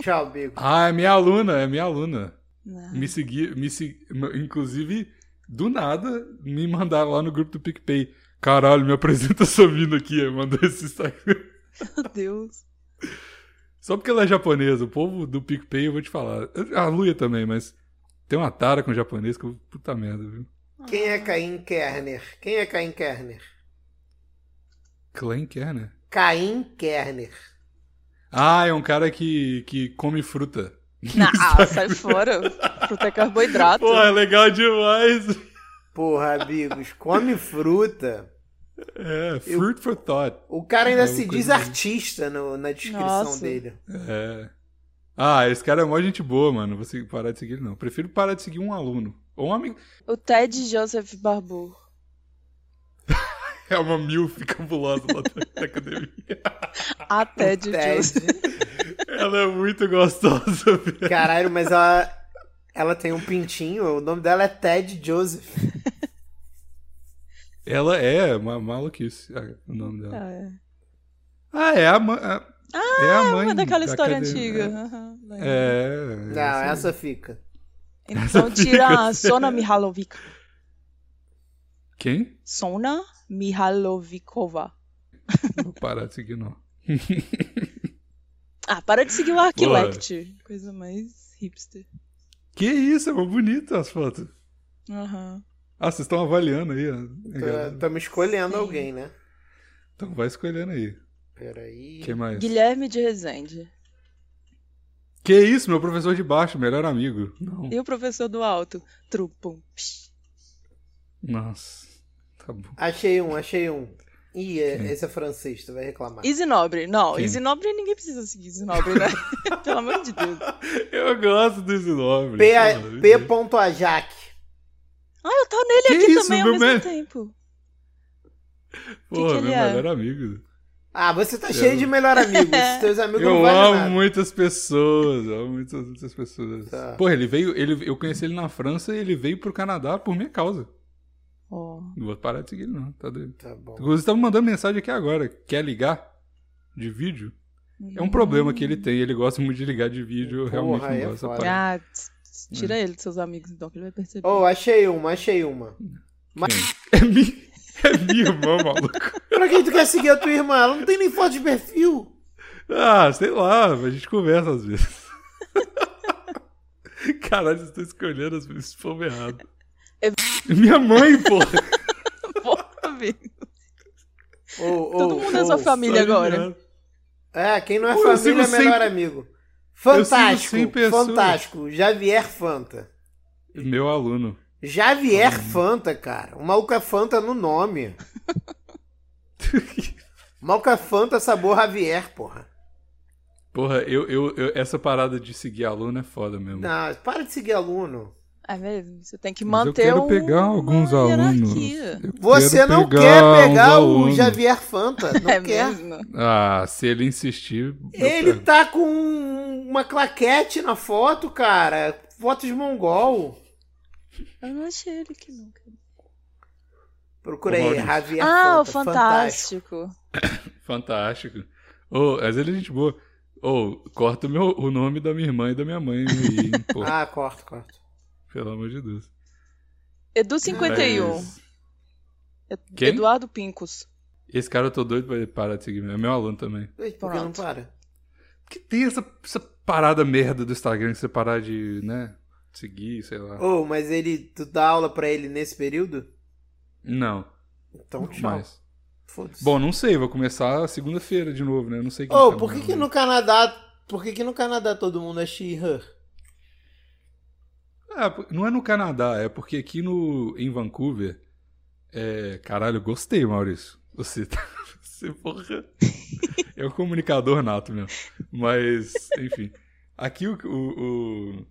Speaker 2: Tchau, Bigo.
Speaker 1: Ah, é minha aluna, é minha aluna.
Speaker 3: Né?
Speaker 1: Me seguir, me se- inclusive, do nada, me mandaram lá no grupo do PicPay. Caralho, me apresenta sua mina aqui, aí mandou esse Instagram.
Speaker 3: Meu Deus.
Speaker 1: Só porque ela é japonesa, o povo do PicPay, eu vou te falar. A Luia também, mas tem uma tara com japonês que eu, puta merda, viu?
Speaker 2: Quem
Speaker 3: Ah.
Speaker 2: é Caim Kerner? Quem é Caim Kerner?
Speaker 1: Clan quer, né?
Speaker 2: Caim Kerner.
Speaker 1: Ah, é um cara que, que come fruta.
Speaker 3: Ah, sai fora. Fruta é carboidrato.
Speaker 1: Pô, é legal demais.
Speaker 2: Porra, amigos, come fruta.
Speaker 1: É, fruit for thought.
Speaker 2: O cara ainda
Speaker 1: É,
Speaker 2: se
Speaker 1: coisa
Speaker 2: diz
Speaker 1: mais-
Speaker 2: artista no- na descrição
Speaker 3: Nossa.
Speaker 2: dele.
Speaker 1: É. Ah, esse cara é mó gente boa, mano. Você parar de seguir ele, não. Prefiro parar de seguir um aluno. Ou um amigo.
Speaker 3: O Ted Joseph Barbu.
Speaker 1: É uma milf cabulosa lá da, da academia.
Speaker 3: A Ted Joseph.
Speaker 2: Ted.
Speaker 1: Ela é muito gostosa, velho.
Speaker 2: Caralho, mas ela, ela tem um pintinho. O nome dela é Ted Joseph.
Speaker 1: Ela é uma maluquice, ah, o nome dela.
Speaker 3: Ah, é.
Speaker 1: Ah, é a mãe. Ah, é a mãe.
Speaker 3: Uma daquela
Speaker 1: da
Speaker 3: história
Speaker 1: academia.
Speaker 3: antiga. aham, lembro.
Speaker 1: É.
Speaker 2: Não,
Speaker 1: é
Speaker 2: essa fica.
Speaker 3: Então tira a Sona Mihalovic.
Speaker 1: Quem?
Speaker 3: Sona Mihalovikova.
Speaker 1: Não vou parar de seguir, não.
Speaker 3: Ah, para de seguir o Arquilect. Coisa mais hipster.
Speaker 1: Que isso, é mó bonito as fotos.
Speaker 3: Aham.
Speaker 1: Ah, vocês estão avaliando aí. ó. Legal.
Speaker 2: Estamos escolhendo
Speaker 3: Sim.
Speaker 2: alguém, né?
Speaker 1: Então vai escolhendo aí.
Speaker 2: Peraí.
Speaker 1: Quem mais?
Speaker 3: Guilherme de Rezende.
Speaker 1: Que isso, meu professor de baixo, melhor amigo. Não.
Speaker 3: E o professor do alto. Trupum. Psh.
Speaker 1: Nossa. Tá bom.
Speaker 2: Achei um, achei um. Ih, é- esse é francês, tu vai reclamar.
Speaker 3: Easy Nobre. Não,
Speaker 1: Quem?
Speaker 3: Easy Nobre ninguém precisa seguir Easy Nobre, né? Pelo amor de Deus.
Speaker 1: Eu gosto desse nome.
Speaker 2: P.
Speaker 1: Pelo
Speaker 2: P.
Speaker 1: amor de Deus.
Speaker 2: ponto Ajac.
Speaker 3: Ah, eu tô nele
Speaker 1: Que
Speaker 3: aqui
Speaker 1: isso,
Speaker 3: também ao
Speaker 1: meu
Speaker 3: mesmo
Speaker 1: man?
Speaker 3: tempo.
Speaker 1: Porra,
Speaker 3: que ele
Speaker 1: meu
Speaker 3: é?
Speaker 1: melhor amigo.
Speaker 2: Ah, você tá cheio de melhor amigo. Esses teus amigos não
Speaker 1: Eu
Speaker 2: valem
Speaker 1: amo
Speaker 2: nada.
Speaker 1: muitas pessoas, eu amo muitas, muitas pessoas.
Speaker 2: Tá.
Speaker 1: Porra, ele veio, ele, eu conheci ele na França e ele veio pro Canadá por minha causa.
Speaker 3: Ó.
Speaker 1: Não vou parar de seguir ele não, tá doido.
Speaker 2: Tá bom.
Speaker 1: Inclusive, tá me mandando mensagem aqui agora. Quer ligar? De vídeo? É
Speaker 3: Hum.
Speaker 1: um problema que ele tem, ele gosta muito de ligar de vídeo, eu realmente
Speaker 2: Porra, aí é
Speaker 1: não gosto.
Speaker 2: foda.
Speaker 1: rapaz.
Speaker 3: Ah, tss, tss,
Speaker 1: Hum.
Speaker 3: tira ele dos seus amigos, então, que ele vai perceber.
Speaker 2: Oh, achei uma, achei uma.
Speaker 1: Quem? É, mi... é minha irmã, maluco.
Speaker 2: Pra quem tu quer seguir a tua irmã? Ela não tem nem foto de perfil.
Speaker 1: Ah, sei lá, a gente conversa às vezes. Caralho, vocês estão escolhendo as pessoas povo errado.
Speaker 3: É-
Speaker 1: Minha mãe, porra.
Speaker 3: Porra, Vitor.
Speaker 2: Oh,
Speaker 3: Todo
Speaker 2: oh,
Speaker 3: mundo é
Speaker 2: oh.
Speaker 3: sua família agora.
Speaker 2: É, quem não é
Speaker 1: Pô, eu
Speaker 2: família é
Speaker 1: sigo
Speaker 2: melhor
Speaker 1: cem-
Speaker 2: amigo.
Speaker 1: sigo
Speaker 2: Fantástico,
Speaker 1: cem pessoas.
Speaker 2: fantástico. Javier Fanta.
Speaker 1: Meu aluno.
Speaker 2: Javier
Speaker 1: Hum.
Speaker 2: Fanta, cara. O maluco é Fanta no nome. O maluco é Fanta sabor Javier, porra.
Speaker 1: Porra, eu, eu, eu- essa parada de seguir aluno é foda mesmo.
Speaker 2: Não, para de seguir aluno.
Speaker 3: É mesmo? Você tem que
Speaker 1: Mas eu
Speaker 3: manter
Speaker 1: quero
Speaker 3: um-
Speaker 1: pegar
Speaker 3: uma
Speaker 1: alguns alunos.
Speaker 3: hierarquia.
Speaker 1: Eu
Speaker 2: Você
Speaker 1: quero
Speaker 2: não
Speaker 1: pegar
Speaker 2: quer
Speaker 1: uns
Speaker 2: pegar o
Speaker 1: alunos.
Speaker 2: Javier Fanta. Não
Speaker 3: É
Speaker 2: quer.
Speaker 3: mesmo?
Speaker 1: Ah, se ele insistir. eu
Speaker 2: Ele
Speaker 1: pego.
Speaker 2: tá com uma claquete na foto, cara. Foto de mongol.
Speaker 3: Eu não achei ele aqui nunca.
Speaker 2: Procura
Speaker 1: Ô,
Speaker 2: aí,
Speaker 1: Maurício.
Speaker 2: Javier
Speaker 3: ah,
Speaker 2: Fanta.
Speaker 3: o Fantástico.
Speaker 1: Fantástico. Ô, às vezes a gente boa. Ô, corta o, meu, o nome da minha irmã e da minha mãe aí, hein, pô.
Speaker 2: Ah, corta, corta.
Speaker 1: Pelo amor de Deus.
Speaker 3: Edu 51.
Speaker 1: Mas- É Quem?
Speaker 3: Eduardo Pincos.
Speaker 1: Esse cara eu tô doido pra ele parar de seguir. É meu aluno também.
Speaker 2: Ei, Por que não
Speaker 3: Pronto.
Speaker 2: para?
Speaker 1: Porque tem essa, essa parada merda do Instagram que você parar de, né? Seguir, sei lá.
Speaker 2: Ô, mas ele, tu dá aula pra ele nesse período?
Speaker 1: Não,
Speaker 2: Então,
Speaker 1: não
Speaker 2: tchau.
Speaker 1: mais.
Speaker 2: Foda-se.
Speaker 1: Bom, não sei, vou começar segunda-feira de novo, né? Eu Não sei quem
Speaker 2: Ô,
Speaker 1: tá
Speaker 2: por que
Speaker 1: meu
Speaker 2: que
Speaker 1: aluno.
Speaker 2: no Canadá, por que que no Canadá todo mundo é she-her?
Speaker 1: Ah, por- não é no Canadá, é porque aqui no, em Vancouver. É, caralho, eu gostei, Maurício. Você tá. Você, porra. É um comunicador nato mesmo. Mas, enfim. Aqui o. o- o-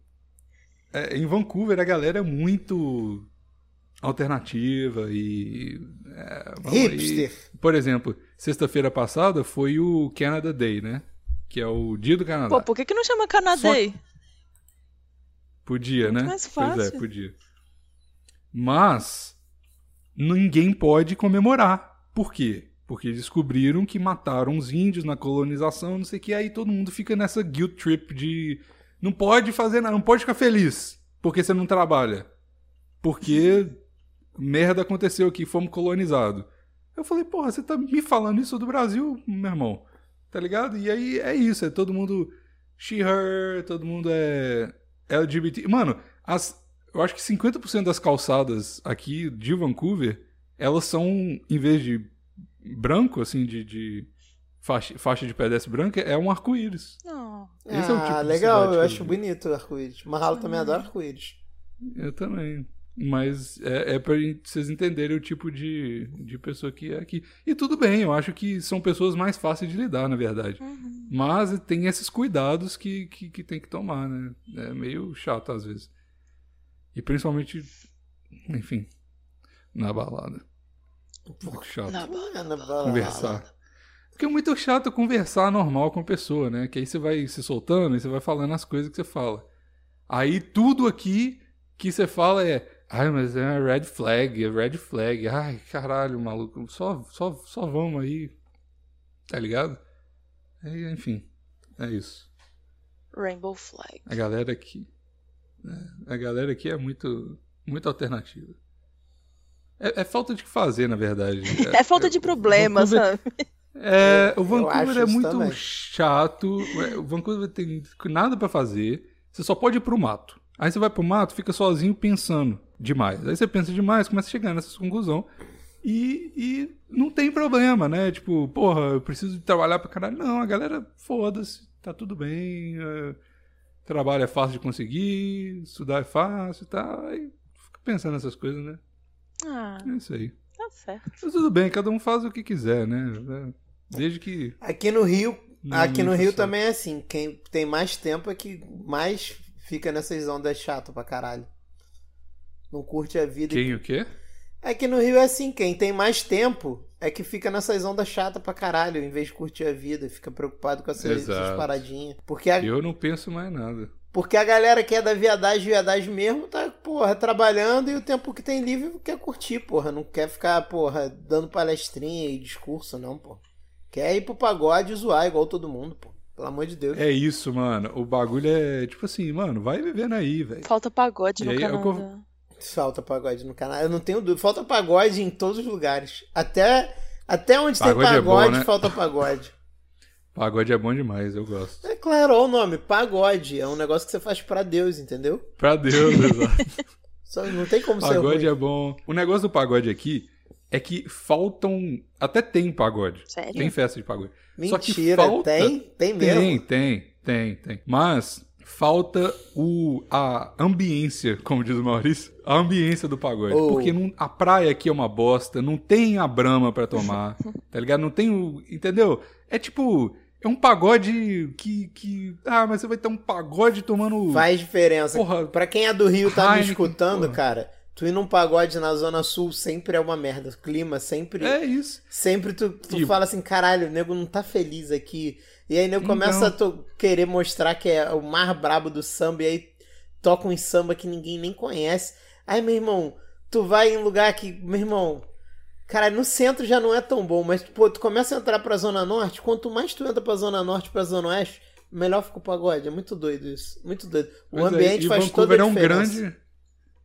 Speaker 1: é, em Vancouver a galera é muito alternativa e. é, vamos aí.
Speaker 2: Hipster.
Speaker 1: Por exemplo, sexta-feira passada foi o Canada Day, né? Que é o dia do Canadá.
Speaker 3: Pô, por que, que não chama Canadei?
Speaker 1: Podia,
Speaker 3: Muito
Speaker 1: né?
Speaker 3: mais
Speaker 1: Pois é,
Speaker 3: fácil.
Speaker 1: podia. Mas ninguém pode comemorar. Por quê? Porque descobriram que mataram os índios na colonização, não sei o que, aí todo mundo fica nessa guilt trip de não pode fazer nada, não pode ficar feliz porque você não trabalha. Porque merda aconteceu aqui, fomos colonizados. Eu falei, porra, você tá me falando isso do Brasil, meu irmão. Tá ligado? E aí é isso, é todo mundo she, her, todo mundo é LGBT. Mano, as, eu acho que 50% das calçadas aqui de Vancouver, elas são, em vez de branco, assim, de, de faixa, faixa de pedestre branca é um arco-íris.
Speaker 3: Não.
Speaker 1: Esse é o
Speaker 2: ah,
Speaker 1: tipo de
Speaker 2: legal,
Speaker 1: cidade
Speaker 2: eu
Speaker 1: que
Speaker 2: acho
Speaker 1: vi.
Speaker 2: bonito o arco-íris. Mahalo também adora arco-íris.
Speaker 1: Eu também. Mas é, é pra vocês entenderem o tipo de, de pessoa que é aqui. E tudo bem, eu acho que são pessoas mais fáceis de lidar, na verdade.
Speaker 3: Uhum.
Speaker 1: Mas tem esses cuidados que, que, que tem que tomar, né? É meio chato às vezes. E principalmente, enfim, na balada. Muito chato
Speaker 3: Na
Speaker 2: Ah, na balada.
Speaker 1: conversar. Porque é muito chato conversar normal com a pessoa, né? Que aí você vai se soltando e você vai falando as coisas que você fala. Aí tudo aqui que você fala é. Ai, mas é red flag, é red flag. Ai, caralho, maluco. Só, só, só vamos aí. Tá ligado? Aí, enfim, é isso.
Speaker 3: Rainbow Flag.
Speaker 1: A galera aqui. né? A galera aqui é muito, muito alternativa. É, é falta de o que fazer, na verdade.
Speaker 3: É falta de problemas,
Speaker 1: Vancouver-
Speaker 3: sabe?
Speaker 1: É, o
Speaker 2: acho
Speaker 1: Vancouver é
Speaker 2: isso
Speaker 1: muito
Speaker 2: também.
Speaker 1: chato. é, O Vancouver tem nada pra fazer. Você só pode ir pro mato. Aí você vai pro mato, fica sozinho pensando demais. Aí você pensa demais, começa a chegar nessa conclusão. E, e não tem problema, né? Tipo, porra, eu preciso de trabalhar pra caralho. Não, a galera, foda-se, tá tudo bem. é, trabalho é fácil de conseguir, estudar é fácil e tal. Aí fica pensando nessas coisas, né?
Speaker 3: Ah,
Speaker 1: É isso aí.
Speaker 3: tá certo.
Speaker 1: Mas tudo bem, cada um faz o que quiser, né? Desde que
Speaker 2: Aqui no Rio,
Speaker 1: Não,
Speaker 2: aqui no
Speaker 1: muito
Speaker 2: Rio
Speaker 1: chato.
Speaker 2: também é assim. Quem tem mais tempo é que mais fica nessas ondas chato pra caralho. Não curte a vida.
Speaker 1: Quem o quê?
Speaker 2: Aqui no Rio é assim, quem tem mais tempo é que fica nessas ondas chata pra caralho, em vez de curtir a vida, fica preocupado com essas, essas
Speaker 1: Exato.
Speaker 2: paradinhas. Porque a,
Speaker 1: Eu não penso mais nada.
Speaker 2: porque a galera que é da viadagem, viadagem mesmo, tá, porra, trabalhando e o tempo que tem livre quer curtir, porra. Não quer ficar, porra, dando palestrinha e discurso, não, pô. Quer ir pro pagode e zoar igual todo mundo, pô. Pelo amor de Deus.
Speaker 1: É isso, mano. O bagulho é tipo assim, mano, vai vivendo aí, velho.
Speaker 3: Falta pagode
Speaker 1: E
Speaker 3: no
Speaker 1: aí, eu
Speaker 3: Canadá.
Speaker 1: conv-
Speaker 2: Falta pagode no canal. Eu não tenho dúvida. Falta pagode em todos os lugares. Até, até onde
Speaker 1: Pagode é
Speaker 2: tem
Speaker 1: bom,
Speaker 2: pagode,
Speaker 1: né?
Speaker 2: falta pagode.
Speaker 1: Pagode é bom demais, eu gosto.
Speaker 2: É claro, olha o nome, pagode. É um negócio que você faz pra Deus, entendeu?
Speaker 1: Pra Deus, exato.
Speaker 2: Só não tem como ser
Speaker 1: Pagode
Speaker 2: ruim.
Speaker 1: é bom. O negócio do pagode aqui é que faltam. Até tem pagode.
Speaker 3: Sério?
Speaker 1: Tem festa de pagode. é- Só que
Speaker 2: Mentira,
Speaker 1: falta-
Speaker 2: tem? Tem mesmo.
Speaker 1: Tem, tem, tem, tem. Mas falta o a ambiência, como diz o Maurício, a ambiência do pagode.
Speaker 2: Oh.
Speaker 1: Porque não- a praia aqui é uma bosta, não tem a brama pra tomar, tá ligado? Não tem o. Entendeu? É tipo. É um pagode que. que ah, mas você vai ter um pagode tomando.
Speaker 2: Faz diferença.
Speaker 1: Porra.
Speaker 2: Pra quem é do Rio tá me
Speaker 1: Heineken,
Speaker 2: escutando,
Speaker 1: porra.
Speaker 2: cara, tu ir num pagode na Zona Sul sempre é uma merda. O clima sempre.
Speaker 1: É isso.
Speaker 2: Sempre tu, tu
Speaker 1: Tipo.
Speaker 2: fala assim, caralho, o nego não tá feliz aqui. E aí o nego começa
Speaker 1: Então.
Speaker 2: a tu querer mostrar que é o mais brabo do samba, e aí toca um samba que ninguém nem conhece. Aí, meu irmão, tu vai em lugar que, meu irmão, caralho, no centro já não é tão bom, mas pô, tu começa a entrar pra Zona Norte, quanto mais tu entra pra Zona Norte, pra Zona Oeste, melhor fica o pagode. É muito doido isso, muito doido. O
Speaker 1: Pois é,
Speaker 2: ambiente
Speaker 1: e
Speaker 2: faz
Speaker 1: Vancouver
Speaker 2: toda a
Speaker 1: é um
Speaker 2: diferença.
Speaker 1: grande.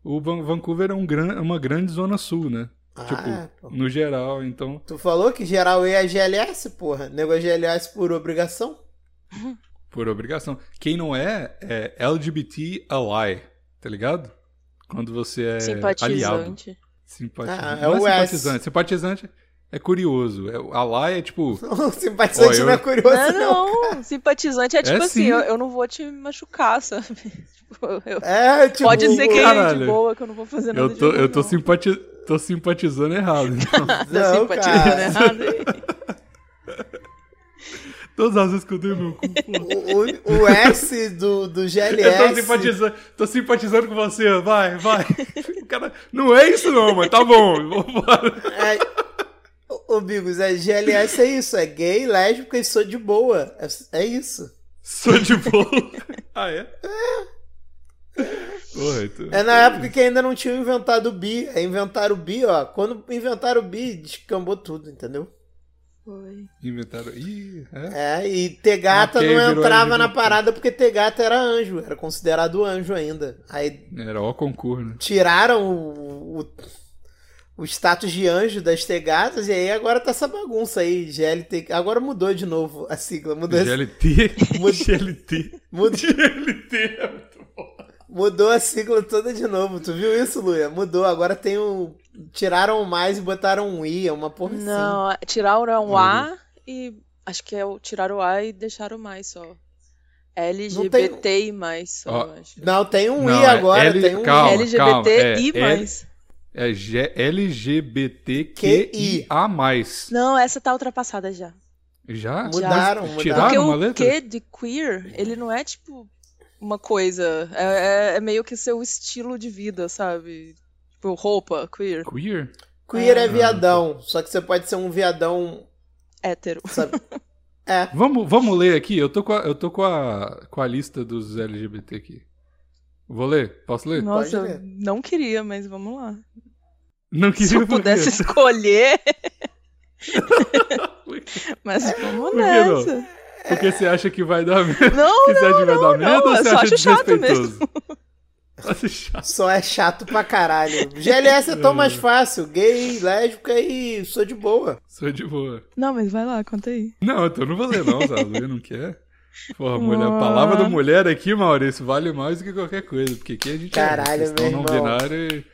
Speaker 1: O Van- Vancouver é um gran, uma grande zona sul, né?
Speaker 2: Ah, pô.
Speaker 1: tipo, no geral, então.
Speaker 2: Tu falou que geral E é GLS, porra. Nego é GLS por obrigação.
Speaker 1: Por obrigação. Quem não é, é LGBT ally, tá ligado? Quando você é aliado.
Speaker 3: Simpatizante.
Speaker 1: Simpatizante.
Speaker 2: Ah, é
Speaker 1: não
Speaker 2: o
Speaker 1: é
Speaker 2: S.
Speaker 1: simpatizante. Simpatizante é curioso. É, o ally é tipo.
Speaker 2: O simpatizante
Speaker 1: Ó, eu-
Speaker 2: não é curioso,
Speaker 3: Não,
Speaker 2: não.
Speaker 3: não. Simpatizante é tipo assim,
Speaker 1: sim.
Speaker 3: eu, eu não vou te machucar, sabe? Tipo, eu-
Speaker 2: É, tipo,
Speaker 3: Pode ser que é de
Speaker 1: caralho.
Speaker 3: boa, que eu não é vou fazer nada
Speaker 1: Eu tô,
Speaker 3: de
Speaker 1: eu tô,
Speaker 3: ruim,
Speaker 1: simpati... tô simpatizando errado. então.
Speaker 3: não. Tá
Speaker 2: Não,
Speaker 3: simpatizando
Speaker 2: cara.
Speaker 3: errado.
Speaker 1: Todas as vezes que eu dei meu cu.
Speaker 2: o, o- o S do, do
Speaker 1: Eu
Speaker 2: é
Speaker 1: tô
Speaker 2: GLS.
Speaker 1: simpatizando, tô simpatizando com você, vai, vai. O cara, não é isso não, mas tá bom, vambora.
Speaker 2: é, o, o Bigos, é GLS é isso, é gay, lésbica e sou de boa. É, é isso.
Speaker 1: Sou de boa. Ah, é? Porra, então-
Speaker 2: É na época que ainda não tinham inventado o bi. É inventaram o bi, ó. Quando inventaram o bi, descambou tudo, entendeu?
Speaker 3: Foi.
Speaker 1: Inventaram. Ih, é.
Speaker 2: É, e ter gata
Speaker 1: Ok,
Speaker 2: não
Speaker 1: virou
Speaker 2: entrava na
Speaker 1: LGBT.
Speaker 2: parada porque ter gata era anjo, era considerado anjo ainda. Aí
Speaker 1: Era o concurso, né?
Speaker 2: tiraram o, o, o status de anjo das Tegatas e aí agora tá essa bagunça aí, GLT. Agora mudou de novo a sigla, mudou,
Speaker 1: GLT.
Speaker 2: Mud-
Speaker 1: GLT.
Speaker 2: mud-
Speaker 1: GLT é muito bom.
Speaker 2: mudou a sigla toda de novo. Tu viu isso, Luia? Mudou, agora tem um o. Tiraram o mais e botaram um I, é uma porra assim.
Speaker 1: Uhum.
Speaker 3: Não, tiraram o A e Acho que é o, tiraram o A e deixaram o mais só. LGBT e mais só,
Speaker 1: Ó,
Speaker 3: acho.
Speaker 2: Não, tem um
Speaker 1: Não,
Speaker 2: I
Speaker 1: é
Speaker 2: agora,
Speaker 1: L-
Speaker 2: tem um
Speaker 1: calma.
Speaker 2: I.
Speaker 3: LGBT
Speaker 1: é,
Speaker 3: e
Speaker 1: L-
Speaker 3: mais.
Speaker 1: É G- LGBTQIA+.
Speaker 3: Não, essa tá ultrapassada já.
Speaker 1: Já?
Speaker 2: Mudaram,
Speaker 1: Mas
Speaker 2: mudaram.
Speaker 1: Tiraram
Speaker 3: Porque
Speaker 1: uma
Speaker 3: o
Speaker 1: letra?
Speaker 3: Q de queer, ele não é tipo uma coisa. É, é- é meio que seu estilo de vida, sabe? Tipo, roupa, queer,
Speaker 1: Queer?
Speaker 2: Queer
Speaker 3: Ah.
Speaker 2: é
Speaker 1: tá.
Speaker 2: viadão, só que você pode ser um viadão,
Speaker 3: hétero.
Speaker 2: sabe? É.
Speaker 1: Vamos, vamos ler aqui. Eu tô, com a, eu tô com, a, com a lista dos LGBT aqui. Vou ler? Posso ler?
Speaker 3: Nossa,
Speaker 2: ler.
Speaker 3: não queria, mas vamos lá.
Speaker 1: Não queria
Speaker 3: Se eu
Speaker 1: por quê?
Speaker 3: pudesse escolher. mas
Speaker 1: Por
Speaker 3: vamos
Speaker 1: que não?
Speaker 3: nessa.
Speaker 1: Porque você acha que vai dar merda?
Speaker 3: Não,
Speaker 1: Porque você acha que vai dar merda
Speaker 3: não,
Speaker 1: ou
Speaker 3: eu
Speaker 1: você
Speaker 3: só
Speaker 1: acha
Speaker 3: acho chato
Speaker 1: desrespeitoso? Acho chato.
Speaker 2: Só é chato pra caralho. GLS é tão mais fácil. Gay, lésbica e sou de boa.
Speaker 1: Sou de boa.
Speaker 3: Não, mas vai lá, conta aí.
Speaker 1: Não, então não vou ler não, sabe? Não quer? Porra, mulher, a
Speaker 3: Ah.
Speaker 1: palavra da mulher aqui, Maurício, vale mais do que qualquer coisa. Porque aqui a gente
Speaker 2: Caralho,
Speaker 1: é questão
Speaker 2: meu
Speaker 1: não
Speaker 2: irmão.
Speaker 1: binária e...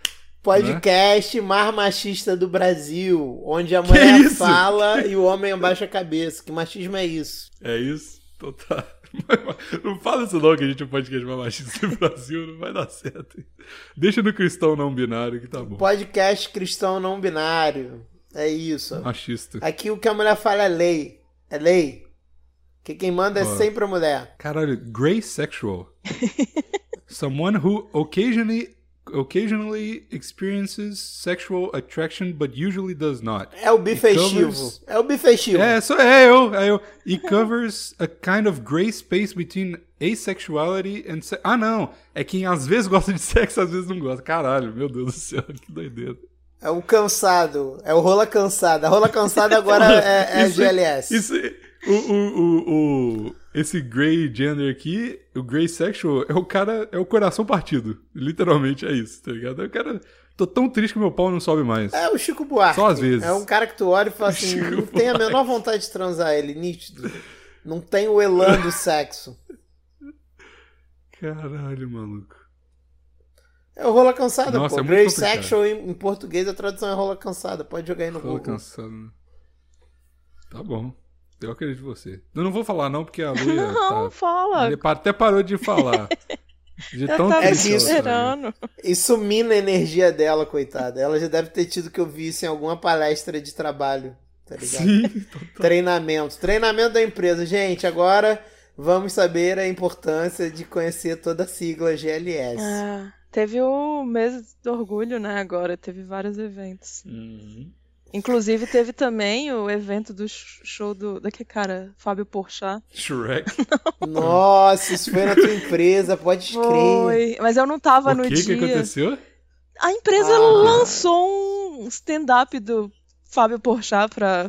Speaker 2: Podcast mais machista do Brasil, onde a
Speaker 1: Que
Speaker 2: mulher
Speaker 1: isso?
Speaker 2: fala e o homem abaixa a cabeça. Que machismo é isso?
Speaker 1: É isso? Então tá. Não fala isso não, que a gente é um podcast mais machista no Brasil, não vai dar certo. Deixa no cristão não binário que tá bom.
Speaker 2: Podcast cristão não binário. É isso.
Speaker 1: Machista.
Speaker 2: Aqui o que a mulher fala é lei. É lei. Que quem manda é
Speaker 1: Ó.
Speaker 2: sempre a mulher.
Speaker 1: Caralho, gray sexual. Someone who occasionally occasionally experiences sexual attraction but usually does not.
Speaker 2: É o bifestivo.
Speaker 1: Então,
Speaker 2: É o bifestivo.
Speaker 1: É, só é eu, é eu. It covers a kind of gray space between asexuality and se Ah, não. É quem às vezes gosta de sexo, às vezes não gosta. Caralho, meu Deus do céu, que doideira.
Speaker 2: É o cansado. É o rola cansada. A rola cansada agora é, é
Speaker 1: Isso-
Speaker 2: GLS.
Speaker 1: Isso, o, o, o, o- esse gray gender aqui, o gray sexual, é o cara, é o coração partido. Literalmente é isso, tá ligado? É o cara, tô tão triste que meu pau não sobe mais.
Speaker 2: É o Chico Buarque.
Speaker 1: Só às vezes.
Speaker 2: É um cara que tu olha e fala assim,
Speaker 1: Chico
Speaker 2: não tem a menor vontade de transar ele, nítido. Não tem o elan do sexo.
Speaker 1: Caralho, maluco.
Speaker 2: É o rola cansada,
Speaker 1: Nossa,
Speaker 2: pô.
Speaker 1: é muito
Speaker 2: Grey
Speaker 1: complicado.
Speaker 2: sexual em, em português a tradução é rola cansada. Pode jogar aí no
Speaker 1: Tô
Speaker 2: Google.
Speaker 1: cansado, né? Tá bom. Eu acredito em você. Eu não vou falar não, porque a Luia
Speaker 3: Não,
Speaker 1: tá...
Speaker 3: fala.
Speaker 1: Ele pa- até parou de falar. De
Speaker 3: Eu
Speaker 1: tão
Speaker 3: tava
Speaker 1: triste ela tá, né?
Speaker 3: esperando.
Speaker 2: Isso mina a energia dela, coitada. Ela já deve ter tido que eu vi isso em alguma palestra de trabalho. Tá ligado?
Speaker 1: Sim,
Speaker 2: Treinamento. Treinamento da empresa. Gente, agora vamos saber a importância de conhecer toda a sigla GLS.
Speaker 3: Ah, teve o mês do orgulho, né? Agora teve vários eventos. Inclusive teve também o evento do sh- show do daquele cara, Fábio Porchat.
Speaker 1: Shrek.
Speaker 2: Nossa, isso foi na tua empresa, pode crer.
Speaker 3: Foi, mas eu não tava
Speaker 1: O
Speaker 3: no
Speaker 1: que que
Speaker 3: dia.
Speaker 1: aconteceu?
Speaker 3: A empresa
Speaker 2: Ah.
Speaker 3: lançou um stand-up do Fábio Porchat para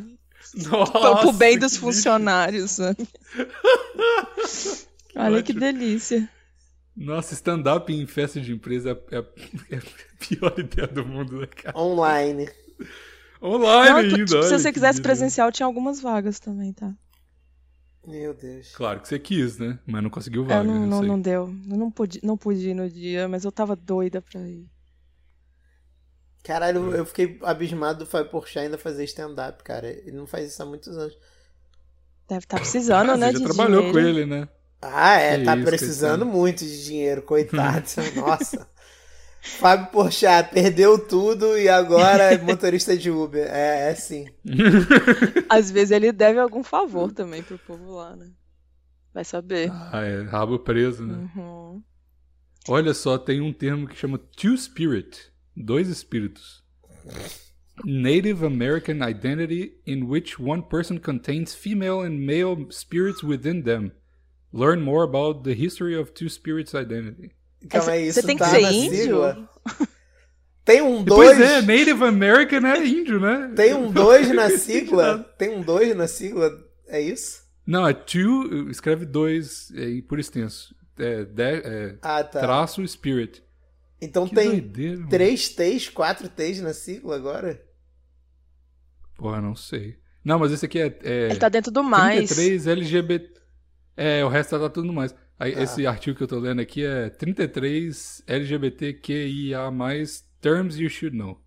Speaker 1: Nossa,
Speaker 3: pro bem dos
Speaker 1: que
Speaker 3: funcionários. né? Olha que
Speaker 1: ótimo.
Speaker 3: delícia.
Speaker 1: Nossa, stand-up em festa de empresa é a, é a pior ideia do mundo, né, cara?
Speaker 2: Online.
Speaker 1: Online
Speaker 3: Não, tu-
Speaker 1: ainda,
Speaker 3: tipo, se
Speaker 1: olha
Speaker 3: você
Speaker 1: que beleza.
Speaker 3: quisesse presencial, tinha algumas vagas também, tá?
Speaker 2: Meu Deus.
Speaker 1: Claro que você quis, né? Mas não conseguiu
Speaker 3: É,
Speaker 1: vaga,
Speaker 3: não,
Speaker 1: né?
Speaker 3: não,
Speaker 1: Isso aí.
Speaker 3: não deu. Eu não pude, não pude ir no dia, mas eu tava doida pra ir.
Speaker 2: Caralho, eu fiquei abismado do Fábio Porchat ainda fazer stand-up, cara. Ele não faz isso há muitos anos.
Speaker 3: Deve estar precisando,
Speaker 1: Ah,
Speaker 3: né?
Speaker 1: Você já
Speaker 3: de
Speaker 1: trabalhou
Speaker 3: dinheiro.
Speaker 1: com ele, né?
Speaker 2: Ah, é,
Speaker 1: Que
Speaker 2: tá
Speaker 1: isso,
Speaker 2: precisando muito de dinheiro, coitado. Nossa. Fábio Porchat perdeu tudo e agora é motorista de Uber. É, é sim.
Speaker 3: Às vezes ele deve algum favor
Speaker 2: Hum.
Speaker 3: também pro povo lá, né? Vai saber.
Speaker 1: Ah, é, rabo preso, né?
Speaker 3: Uhum.
Speaker 1: Olha só, tem um termo que chama Two Spirit dois espíritos. Native American identity in which one person contains female and male spirits within them. Learn more about the history of Two Spirits identity.
Speaker 2: Então é
Speaker 3: Aí
Speaker 2: isso,
Speaker 3: Você tem que
Speaker 2: tá
Speaker 3: ser
Speaker 2: na sigla?
Speaker 3: índio?
Speaker 2: Tem um
Speaker 1: Pois
Speaker 2: dois.
Speaker 1: é, Native American é índio, né?
Speaker 2: Tem um dois na sigla? Tem um dois na sigla? É isso?
Speaker 1: Não, é two, escreve dois é, por extenso. É, de- é,
Speaker 2: Ah, tá.
Speaker 1: Traço spirit.
Speaker 2: Então
Speaker 1: Que
Speaker 2: tem
Speaker 1: doideira, mano.
Speaker 2: três T's, quatro T's na sigla agora?
Speaker 1: Porra, não sei. Não, mas esse aqui é. é
Speaker 3: Ele tá dentro do mais.
Speaker 1: 33 LGBT. É, o resto tá tudo no mais. Aí,
Speaker 2: Ah.
Speaker 1: Esse artigo que eu tô lendo aqui é 33 LGBTQIA, terms you should know.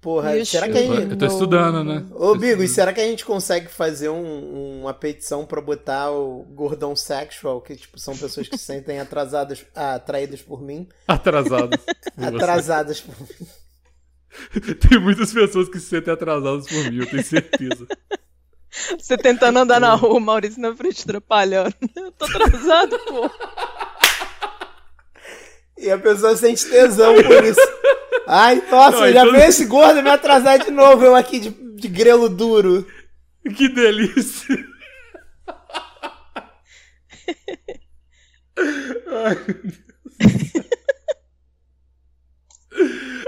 Speaker 2: Porra,
Speaker 3: Isso.
Speaker 2: será que é a
Speaker 1: Eu
Speaker 2: gente.
Speaker 1: tô estudando, né?
Speaker 2: Ô, Bigo, é e
Speaker 1: isso
Speaker 2: será que a gente consegue fazer um- uma petição pra botar o gordão sexual, que tipo, são pessoas que se sentem atrasadas, ah, atraídas por mim?
Speaker 1: Atrasado.
Speaker 2: Atrasadas por mim.
Speaker 1: Tem muitas pessoas que se sentem atrasadas por mim, eu tenho certeza.
Speaker 3: Você tentando andar
Speaker 1: Hum.
Speaker 3: na rua, o Maurício na frente atrapalhando. Eu tô atrasado, pô.
Speaker 2: E a pessoa sente tesão por isso. Ai, nossa,
Speaker 1: Não, aí
Speaker 2: já
Speaker 1: todo-
Speaker 2: veio esse gordo me atrasar de novo, eu aqui de, de grelo duro.
Speaker 1: que delícia! Ai, meu Deus.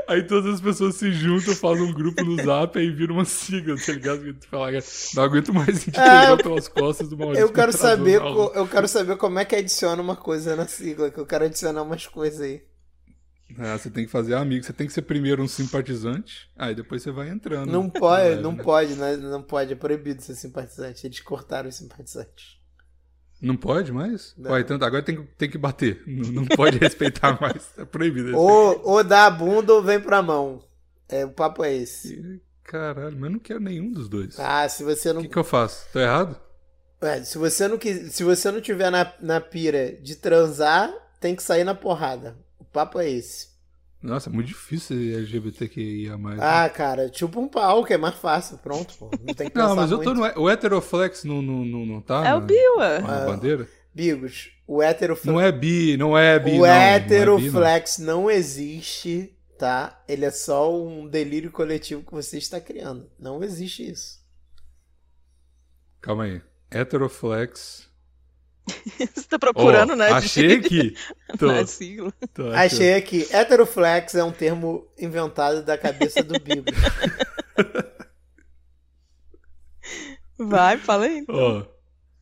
Speaker 1: Aí todas as pessoas se juntam, fazem um grupo no zap e vira uma sigla, tá ligado? Que tu fala, Não aguento mais
Speaker 2: Ah, eu-
Speaker 1: integrar pelas costas do Maurício.
Speaker 2: Eu quero
Speaker 1: atrasou
Speaker 2: saber,
Speaker 1: na aula.
Speaker 2: co- eu quero saber como é que adiciona uma coisa na sigla, que eu quero adicionar umas coisas aí.
Speaker 1: Ah, você tem que fazer amigo, você tem que ser primeiro um simpatizante, aí depois você vai entrando.
Speaker 2: Não pode,
Speaker 1: É,
Speaker 2: não pode, né? não pode, é proibido ser simpatizante. Eles cortaram os simpatizantes.
Speaker 1: Não pode mais?
Speaker 2: Não.
Speaker 1: Ué, então agora tem, que- tem que bater. Não, não pode respeitar mais. É proibido.
Speaker 2: Ou, ou dá a bunda ou vem pra mão. É, o papo é esse.
Speaker 1: Ih, Caralho, mas eu não quero nenhum dos dois. O
Speaker 2: Ah, se você não.
Speaker 1: que, que eu faço? Tô errado?
Speaker 2: é, se você não quis, se você não tiver na, na pira de transar, tem que sair na porrada. O papo é esse.
Speaker 1: Nossa, é muito difícil ser LGBTQIA. né?
Speaker 2: Ah, cara, chupa um pau, que é mais fácil. Pronto, pô. Não tem que pensar
Speaker 1: não, mas eu tô
Speaker 2: muito.
Speaker 1: no. he- O heteroflex não, não, não, não tá?
Speaker 3: É
Speaker 1: na-
Speaker 3: o Biwa.
Speaker 1: Na
Speaker 2: Ah.
Speaker 1: bandeira?
Speaker 2: Bigos, o hétero
Speaker 1: Não é bi, não é bi.
Speaker 2: o
Speaker 1: não, não é bi, não.
Speaker 2: heteroflex não, existe, tá? Ele é só um delírio coletivo que você está criando. Não existe isso.
Speaker 1: Calma aí. Heteroflex.
Speaker 3: Você tá
Speaker 1: Ó,
Speaker 3: procurando, né? de-
Speaker 1: Achei aqui. Tô,
Speaker 3: na sigla.
Speaker 1: tô achando.
Speaker 2: Achei aqui. Heteroflex é um termo inventado da cabeça do Bigos.
Speaker 3: Vai, fala aí.
Speaker 1: Oh,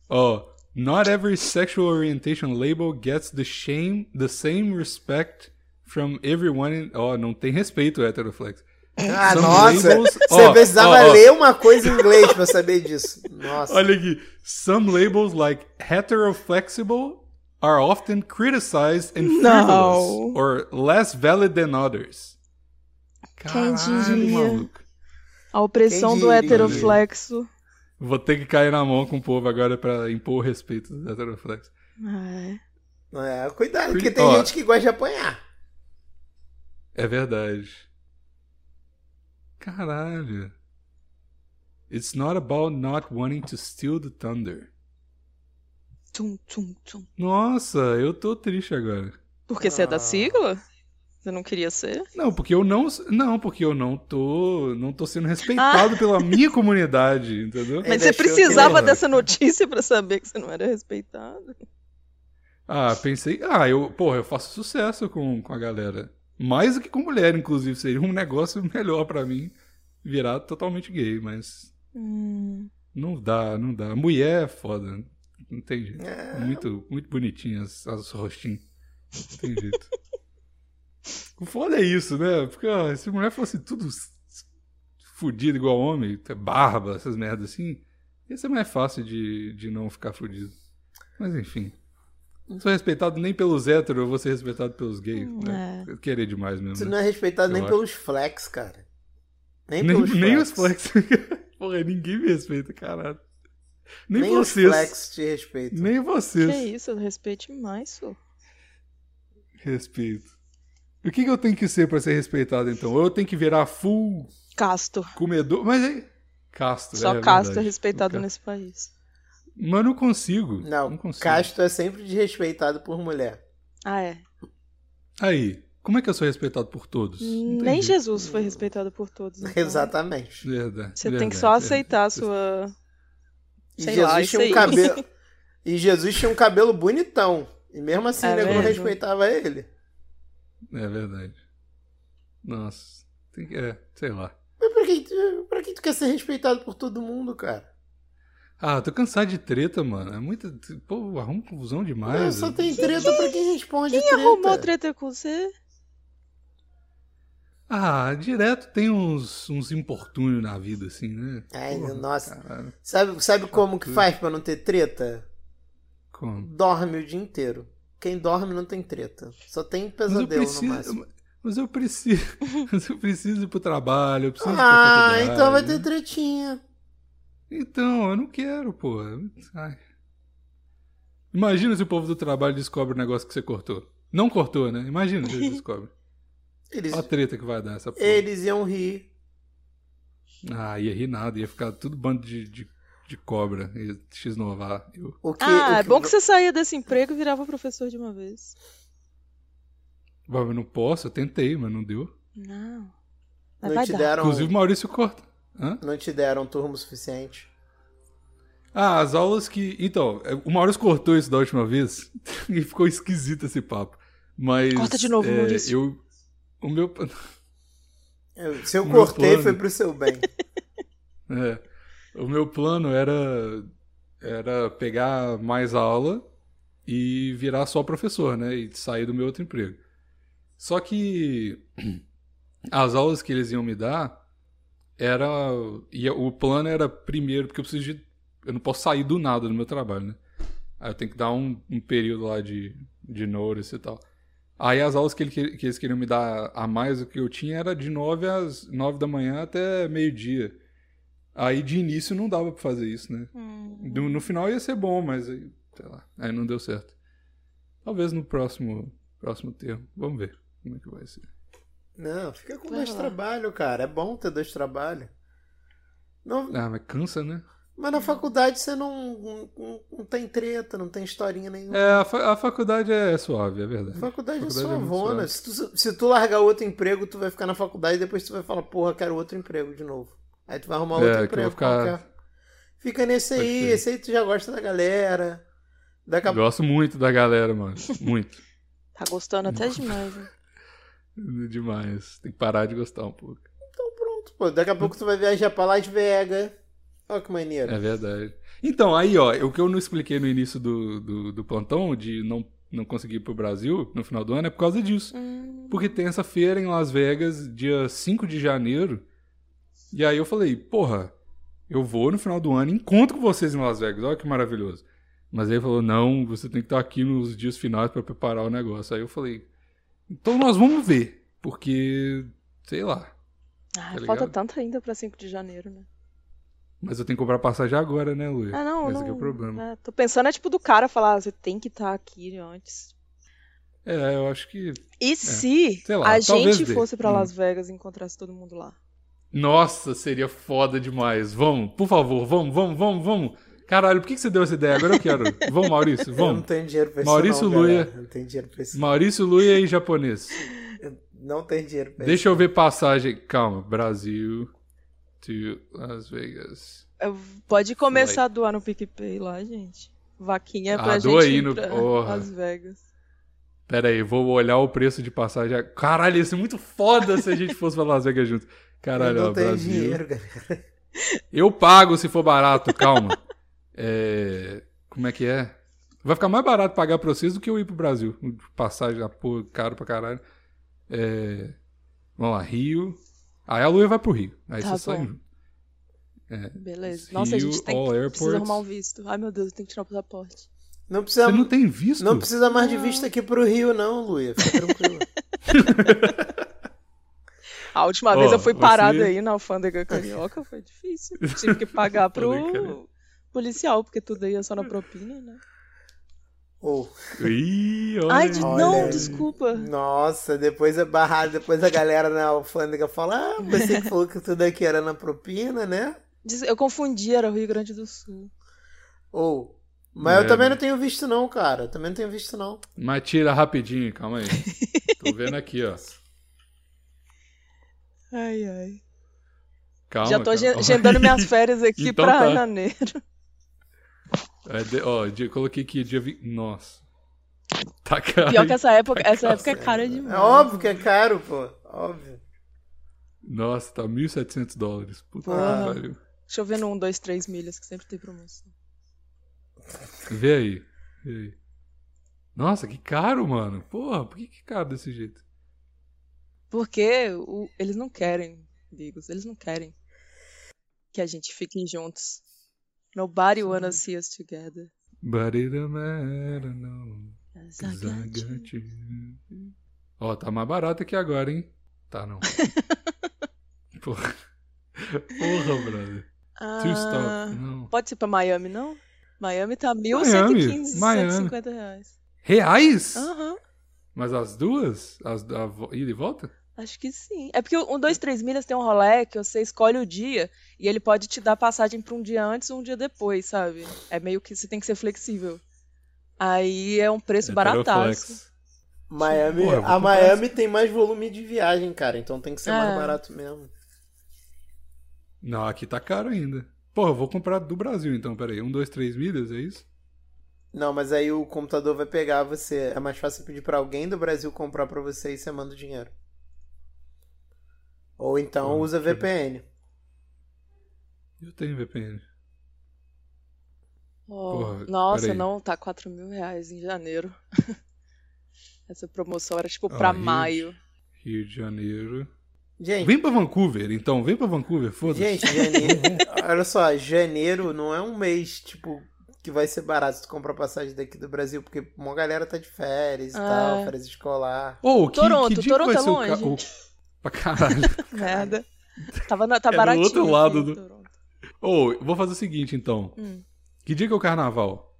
Speaker 1: oh, not every sexual orientation label gets the shame, the same respect from everyone. In, oh, não tem respeito heteroflex.
Speaker 2: Ah,
Speaker 1: Some
Speaker 2: nossa!
Speaker 1: labels-
Speaker 2: Você
Speaker 1: ó,
Speaker 2: precisava
Speaker 1: ó, ó.
Speaker 2: ler uma coisa em inglês pra saber disso. Nossa.
Speaker 1: Olha aqui. Some labels like heteroflexible are often criticized and
Speaker 3: Não.
Speaker 1: frivolous or less valid than others.
Speaker 3: Quem
Speaker 1: Caralho,
Speaker 3: diria?
Speaker 1: maluco.
Speaker 3: A opressão
Speaker 2: Quem
Speaker 3: do
Speaker 2: diria?
Speaker 3: heteroflexo.
Speaker 1: Vou ter que cair na mão com o povo agora pra impor o respeito do heteroflex.
Speaker 3: Ah, é.
Speaker 2: É, cuidado, porque tem
Speaker 1: Ó.
Speaker 2: gente que gosta de apanhar.
Speaker 1: É verdade. Caralho. It's not about not wanting to steal the thunder.
Speaker 3: Tum, tum, tum.
Speaker 1: Nossa, eu tô triste agora.
Speaker 3: Porque você é
Speaker 2: Ah.
Speaker 3: da sigla? Você não queria ser?
Speaker 1: Não, porque eu não, não, porque eu não tô, não tô sendo respeitado pela minha comunidade, entendeu?
Speaker 2: É. Ele
Speaker 3: Mas você
Speaker 2: achou que
Speaker 3: precisava
Speaker 1: não.
Speaker 3: dessa notícia pra saber que você não era respeitado.
Speaker 1: Ah, pensei, ah, eu, porra, eu faço sucesso com, com a galera. Mais do que com mulher, inclusive, seria um negócio melhor pra mim virar totalmente gay, mas
Speaker 3: Hum.
Speaker 1: Não dá, não dá. Mulher é foda. Não tem jeito.
Speaker 2: É.
Speaker 1: Muito, muito bonitinhas as, as rostinhas. Não tem jeito. o foda é isso, né? Porque ó, se mulher fosse tudo s- s- fudido igual homem, t- barba, essas merdas assim, ia ser mais fácil de, de não ficar fudido. Mas enfim. Não sou respeitado nem pelos héteros, eu vou ser respeitado pelos
Speaker 3: É.
Speaker 1: gays.
Speaker 3: Hum,
Speaker 1: Né? Querer demais
Speaker 2: Tu
Speaker 1: mesmo.
Speaker 2: não
Speaker 1: Né?
Speaker 2: é respeitado
Speaker 1: Eu
Speaker 2: nem
Speaker 1: acho.
Speaker 2: pelos flex, cara. Nem,
Speaker 1: Nem,
Speaker 2: pelos
Speaker 1: nem os flex. Porra, ninguém me respeita, caralho. Nem,
Speaker 2: Nem os
Speaker 1: vocês.
Speaker 2: flex te respeitam.
Speaker 1: Nem
Speaker 3: Que
Speaker 1: vocês.
Speaker 3: isso, eu respeito demais, pô.
Speaker 1: Respeito. E O que, que eu tenho que ser pra ser respeitado, então? Ou eu tenho que virar full
Speaker 3: Casto.
Speaker 1: comedor? Mas aí. Castro,
Speaker 3: Só
Speaker 1: é,
Speaker 3: Casto é
Speaker 1: verdade.
Speaker 3: respeitado
Speaker 1: Ca-
Speaker 3: nesse país.
Speaker 1: Mas eu não consigo.
Speaker 2: Não,
Speaker 1: consigo.
Speaker 2: Castro é sempre desrespeitado por mulher.
Speaker 3: Ah, é.
Speaker 1: Aí, como é que eu sou respeitado por todos? Não
Speaker 3: Nem
Speaker 1: tem jeito.
Speaker 3: Jesus foi respeitado por todos. então.
Speaker 2: Exatamente.
Speaker 1: Verdade.
Speaker 3: Você tem
Speaker 1: verdade, é
Speaker 3: que só
Speaker 1: verdade.
Speaker 3: aceitar a sua.
Speaker 2: É. E
Speaker 3: Sei
Speaker 2: Jesus
Speaker 3: lá, isso
Speaker 2: tinha um
Speaker 3: aí.
Speaker 2: cabelo. E Jesus tinha um cabelo bonitão. E mesmo assim,
Speaker 3: É
Speaker 2: o nego não
Speaker 3: mesmo?
Speaker 2: respeitava ele.
Speaker 1: É verdade. Nossa. Tem que... É, sei lá.
Speaker 2: Mas pra que, tu- pra que tu quer ser respeitado por todo mundo, cara?
Speaker 1: Ah, tô cansado de treta, mano. É muita. Pô, arruma confusão demais.
Speaker 2: não, só tem treta pra quem responde treta.
Speaker 3: Arrumou treta com você?
Speaker 1: Ah, direto tem uns, uns importúnios na vida, assim, né?
Speaker 2: Ai,
Speaker 1: Porra, Tá
Speaker 2: nossa.
Speaker 1: Caralho.
Speaker 2: Sabe, sabe como que faz pra não ter treta?
Speaker 1: Como?
Speaker 2: Dorme o dia inteiro. Quem dorme não tem treta. Só tem
Speaker 1: Mas eu
Speaker 2: pesadelo no
Speaker 1: preciso.
Speaker 2: máximo.
Speaker 1: Mas eu preciso. mas eu preciso ir pro trabalho, eu preciso ir pra
Speaker 2: Ah,
Speaker 1: faculdade.
Speaker 2: então vai ter tretinha.
Speaker 1: Então, eu não quero, pô. Ai. Imagina se o povo do trabalho descobre o negócio que você cortou. Não cortou, né? Imagina se eles descobrem.
Speaker 2: Eles,
Speaker 1: Olha a treta que vai dar essa porra.
Speaker 2: eles iam rir.
Speaker 1: Ah, ia rir nada, ia ficar tudo bando de, de, de cobra, ia x-novar. Eu...
Speaker 2: O que, o
Speaker 3: Ah, é
Speaker 2: que-
Speaker 3: bom que você saía desse emprego e virava professor de uma vez.
Speaker 1: Mas eu não posso, eu tentei, mas não deu.
Speaker 3: Não. Mas
Speaker 2: não
Speaker 3: vai
Speaker 2: te
Speaker 3: dar.
Speaker 2: deram,
Speaker 1: Inclusive o Maurício corta. Hã?
Speaker 2: não te deram turma suficiente.
Speaker 1: Ah, as aulas que. Então, é, o Maurício cortou isso da última vez e ficou esquisito esse papo. Mas.
Speaker 3: Corta de novo,
Speaker 1: é,
Speaker 3: Maurício.
Speaker 1: Eu. O meu.
Speaker 2: Eu- Se eu
Speaker 1: Meu
Speaker 2: cortei,
Speaker 1: plano.
Speaker 2: foi pro seu bem.
Speaker 1: É. O meu plano era era pegar mais aula e virar só professor, né? E sair do meu outro emprego. Só que as aulas que eles iam me dar era e o plano era primeiro porque eu preciso de eu não posso sair do nada do meu trabalho, né? Aí eu tenho que dar um, um período lá de de notice e tal. Aí as aulas que, ele, que que eles queriam me dar a mais do que eu tinha era de 9 às 9 da manhã até meio-dia. Aí de início não dava pra fazer isso, né?
Speaker 3: Hum.
Speaker 1: No, no final ia ser bom, mas aí, sei lá, aí não deu certo. Talvez no próximo próximo termo. Vamos ver como é que vai ser.
Speaker 2: Não, fica com
Speaker 3: Vai
Speaker 2: dois
Speaker 3: lá.
Speaker 2: trabalhos, cara. É bom ter dois trabalhos. Não,
Speaker 1: Ah, mas cansa, né?
Speaker 2: mas na faculdade você não, não, não tem treta, não tem historinha nenhuma.
Speaker 1: É, a, fa- a faculdade é suave, é verdade.
Speaker 2: Faculdade,
Speaker 1: Faculdade é
Speaker 2: é
Speaker 1: muito
Speaker 2: suavona.
Speaker 1: suave.
Speaker 2: se, tu, se tu largar outro emprego, tu vai ficar na faculdade e depois tu vai falar, porra, quero outro emprego de novo. Aí tu vai arrumar
Speaker 1: É, que
Speaker 2: outro
Speaker 1: eu
Speaker 2: emprego
Speaker 1: vou ficar-
Speaker 2: qualquer. Fica nesse
Speaker 1: Pode
Speaker 2: aí,
Speaker 1: crer.
Speaker 2: esse aí tu já gosta da galera. Daqui a
Speaker 1: Gosto muito da galera, mano. Muito.
Speaker 3: Tá gostando
Speaker 1: Hum.
Speaker 3: até demais, né?
Speaker 1: Demais. Tem que parar de gostar um pouco.
Speaker 2: pouco Então pronto, pô. Daqui a pouco tu vai viajar pra Las Vegas. Olha que maneiro.
Speaker 1: É verdade. Então, aí, ó, o que eu não expliquei no início do, do, do plantão, de não, não conseguir ir pro Brasil no final do ano, é por causa disso.
Speaker 3: Hum.
Speaker 1: Porque tem essa feira em Las Vegas, dia 5 de janeiro. E aí eu falei, porra, eu vou no final do ano e encontro com vocês em Las Vegas. Olha que maravilhoso. Mas aí ele falou, não, você tem que estar aqui nos dias finais pra preparar o negócio. Aí eu falei, então nós vamos ver. Porque, sei lá. Tá
Speaker 3: Ah, falta
Speaker 1: ligado?
Speaker 3: tanto ainda pra 5 de janeiro, né?
Speaker 1: Mas eu tenho que comprar passagem agora, né, Luia?
Speaker 3: Ah, não,
Speaker 1: Esse
Speaker 3: não.
Speaker 1: que é o problema.
Speaker 3: é, tô pensando, é tipo do cara falar, ah, você tem que estar aqui antes.
Speaker 1: É, eu acho que.
Speaker 3: E se
Speaker 1: Sei lá,
Speaker 3: a
Speaker 1: talvez
Speaker 3: gente
Speaker 1: dê.
Speaker 3: fosse pra
Speaker 1: Hum.
Speaker 3: Las Vegas e encontrasse todo mundo lá?
Speaker 1: Nossa, seria foda demais. Vamos, por favor, vamos, vamos, vamos, vamos. Caralho, por que, que você deu essa ideia? Agora eu quero. Vamos, Maurício,
Speaker 2: Eu não
Speaker 1: vamos.
Speaker 2: tenho dinheiro pra isso.
Speaker 1: Maurício
Speaker 2: não,
Speaker 1: Luia.
Speaker 2: galera. Eu Não tenho dinheiro pra isso.
Speaker 1: Maurício, Luia e japonês.
Speaker 2: Eu Não tenho dinheiro pra isso.
Speaker 1: Deixa eu ver passagem. Calma, Brasil to Las Vegas.
Speaker 3: Eu- Pode começar a doar no PicPay lá, gente. Vaquinha pra
Speaker 1: Ah,
Speaker 3: gente
Speaker 1: doa aí
Speaker 3: ir
Speaker 1: no-
Speaker 3: pra
Speaker 1: porra.
Speaker 3: Las Vegas.
Speaker 1: Pera aí, vou olhar o preço de passagem. ag- Caralho, ia ser muito foda se a gente fosse pra Las Vegas junto. Caralho,
Speaker 2: eu
Speaker 1: ó,
Speaker 2: não tenho
Speaker 1: Brasil.
Speaker 2: dinheiro, galera.
Speaker 1: Eu pago se for barato, calma. É, Como é que é? Vai ficar mais barato pagar pra vocês do que eu ir pro Brasil. Passagem da porra, caro pra caralho. É, Vamos lá, Rio. Aí a Lua vai pro Rio. Aí
Speaker 3: Tá
Speaker 1: você sai
Speaker 3: bom.
Speaker 1: junto.
Speaker 3: Beleza. Nossa, a
Speaker 1: Rio,
Speaker 3: gente tem
Speaker 1: É. all
Speaker 3: que precisa
Speaker 1: airports.
Speaker 3: arrumar um visto. Ai, meu Deus, eu tenho que tirar o passaporte.
Speaker 2: Não precisa,
Speaker 1: Você
Speaker 2: não,
Speaker 1: não tem visto?
Speaker 2: precisa mais de vista aqui pro Rio, não, Luia. Fica tranquilo.
Speaker 3: A última
Speaker 1: Ó,
Speaker 3: vez eu fui
Speaker 1: você-
Speaker 3: parada aí na alfândega carioca, foi difícil. Tive que pagar
Speaker 1: Olha, cara.
Speaker 3: pro policial, porque tudo aí é só na propina, né?
Speaker 2: Ou,
Speaker 1: Ih, olha.
Speaker 3: Ai,
Speaker 1: aí.
Speaker 3: de-
Speaker 2: Olha
Speaker 3: não,
Speaker 2: aí.
Speaker 3: desculpa.
Speaker 2: nossa, depois é barrado, depois a galera na alfândega fala: Ah, você que falou que tudo aqui era na propina, né?
Speaker 3: Des- Eu confundi, era o Rio Grande do Sul.
Speaker 2: Ou. Mas
Speaker 1: É.
Speaker 2: eu também não tenho visto, não, cara. Eu também não tenho visto, não.
Speaker 1: Mas tira rapidinho, calma aí. Tô vendo aqui, ó.
Speaker 3: Ai, ai.
Speaker 1: Calma.
Speaker 3: Já tô agen-
Speaker 1: calma.
Speaker 3: agendando minhas férias aqui
Speaker 1: Então
Speaker 3: pra
Speaker 1: tá.
Speaker 3: janeiro.
Speaker 1: É, de- Ó, dia- coloquei aqui dia 20. Nossa. Tá caro.
Speaker 3: Pior que essa época, essa
Speaker 1: Nossa,
Speaker 3: época é cara demais.
Speaker 2: É óbvio que é caro, pô. Óbvio.
Speaker 1: Nossa, tá 1.700 dólares. Puta que
Speaker 3: Porra.
Speaker 1: pariu.
Speaker 3: Deixa eu ver no 1, 2, 3 milhas, que sempre tem promoção.
Speaker 1: Vê aí. Vê aí. Nossa, que caro, mano. Porra, por que que é caro desse jeito?
Speaker 3: Porque o- eles não querem, Bigos, eles não querem que a gente fique juntos. Nobody wanna see us together.
Speaker 1: But it don't matter, no.
Speaker 3: As I
Speaker 1: 'cause I
Speaker 3: got you.
Speaker 1: got you. Ó, tá mais barato aqui agora, hein? Tá não. Porra. Porra, brother. Two
Speaker 3: Ah,
Speaker 1: stop. Não.
Speaker 3: Pode ser pra Miami, não? Miami tá
Speaker 1: Miami.
Speaker 3: 1.115,150 reais.
Speaker 1: Reais?
Speaker 3: Aham,
Speaker 1: Mas as duas? As, a vo- ida e volta?
Speaker 3: acho que sim. É porque o 2, 3 milhas tem um rolê que você escolhe o dia e ele pode te dar passagem pra um dia antes ou um dia depois, sabe? É meio que você tem que ser flexível. Aí é um preço barataço.
Speaker 1: Heteroflex.
Speaker 2: Miami,
Speaker 1: Porra, eu vou
Speaker 2: a
Speaker 1: comprar
Speaker 2: Miami tem mais volume de viagem, cara. Então tem que ser mais
Speaker 3: É.
Speaker 2: barato mesmo.
Speaker 1: Não, aqui tá caro ainda. Porra, eu vou comprar do Brasil então, peraí. Um, dois, três milhas, é isso?
Speaker 2: Não, mas aí o computador vai pegar você. É mais fácil pedir pra alguém do Brasil comprar pra você e você manda o dinheiro. Ou então
Speaker 1: Ah,
Speaker 2: usa
Speaker 1: deixa eu
Speaker 2: VPN.
Speaker 1: Eu tenho VPN.
Speaker 3: Oh,
Speaker 1: Porra,
Speaker 3: nossa,
Speaker 1: peraí.
Speaker 3: não, tá 4 mil reais em janeiro. Essa promoção era tipo
Speaker 1: Ah,
Speaker 3: pra
Speaker 1: Rio.
Speaker 3: maio.
Speaker 1: Rio de Janeiro.
Speaker 2: Gente,
Speaker 1: Vem pra Vancouver, então. Vem pra Vancouver, foda-se.
Speaker 2: gente, janeiro. olha só, janeiro não é um mês, tipo, que vai ser barato se tu comprar passagem daqui do Brasil, porque uma galera tá de férias e
Speaker 3: Ah.
Speaker 2: tal, férias escolar.
Speaker 1: Ô, que,
Speaker 3: Toronto,
Speaker 1: que dia que
Speaker 3: Toronto
Speaker 1: vai
Speaker 3: é
Speaker 1: ser o ca-
Speaker 3: longe.
Speaker 1: o- Pra caralho.
Speaker 3: Merda. Tava na, tá
Speaker 1: É do
Speaker 3: baratinho.
Speaker 1: outro
Speaker 3: aqui
Speaker 1: lado
Speaker 3: em
Speaker 1: do-
Speaker 3: Toronto.
Speaker 1: Ô, vou fazer o seguinte, então.
Speaker 3: Hum.
Speaker 1: Que dia que é o carnaval?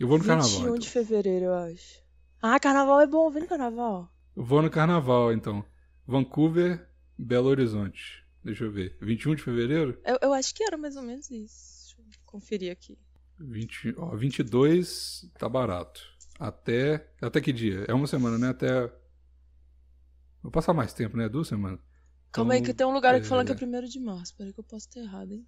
Speaker 1: Eu vou no
Speaker 3: 21
Speaker 1: carnaval.
Speaker 3: de
Speaker 1: Então.
Speaker 3: fevereiro, eu acho. Ah, carnaval é bom, vem no carnaval.
Speaker 1: Eu vou no carnaval, então. Vancouver, Belo Horizonte. Deixa eu ver. 21 de fevereiro?
Speaker 3: Eu, eu acho que era mais ou menos isso. Deixa eu conferir aqui.
Speaker 1: 20, ó, 22 tá barato. Até. Até que dia? É uma semana, né? Até. Vou passar mais tempo, né? Duas semanas.
Speaker 3: Calma aí,
Speaker 1: Então,
Speaker 3: que tem um lugar aqui
Speaker 1: é.
Speaker 3: falando que é 1 de março. Peraí que eu posso ter errado, hein?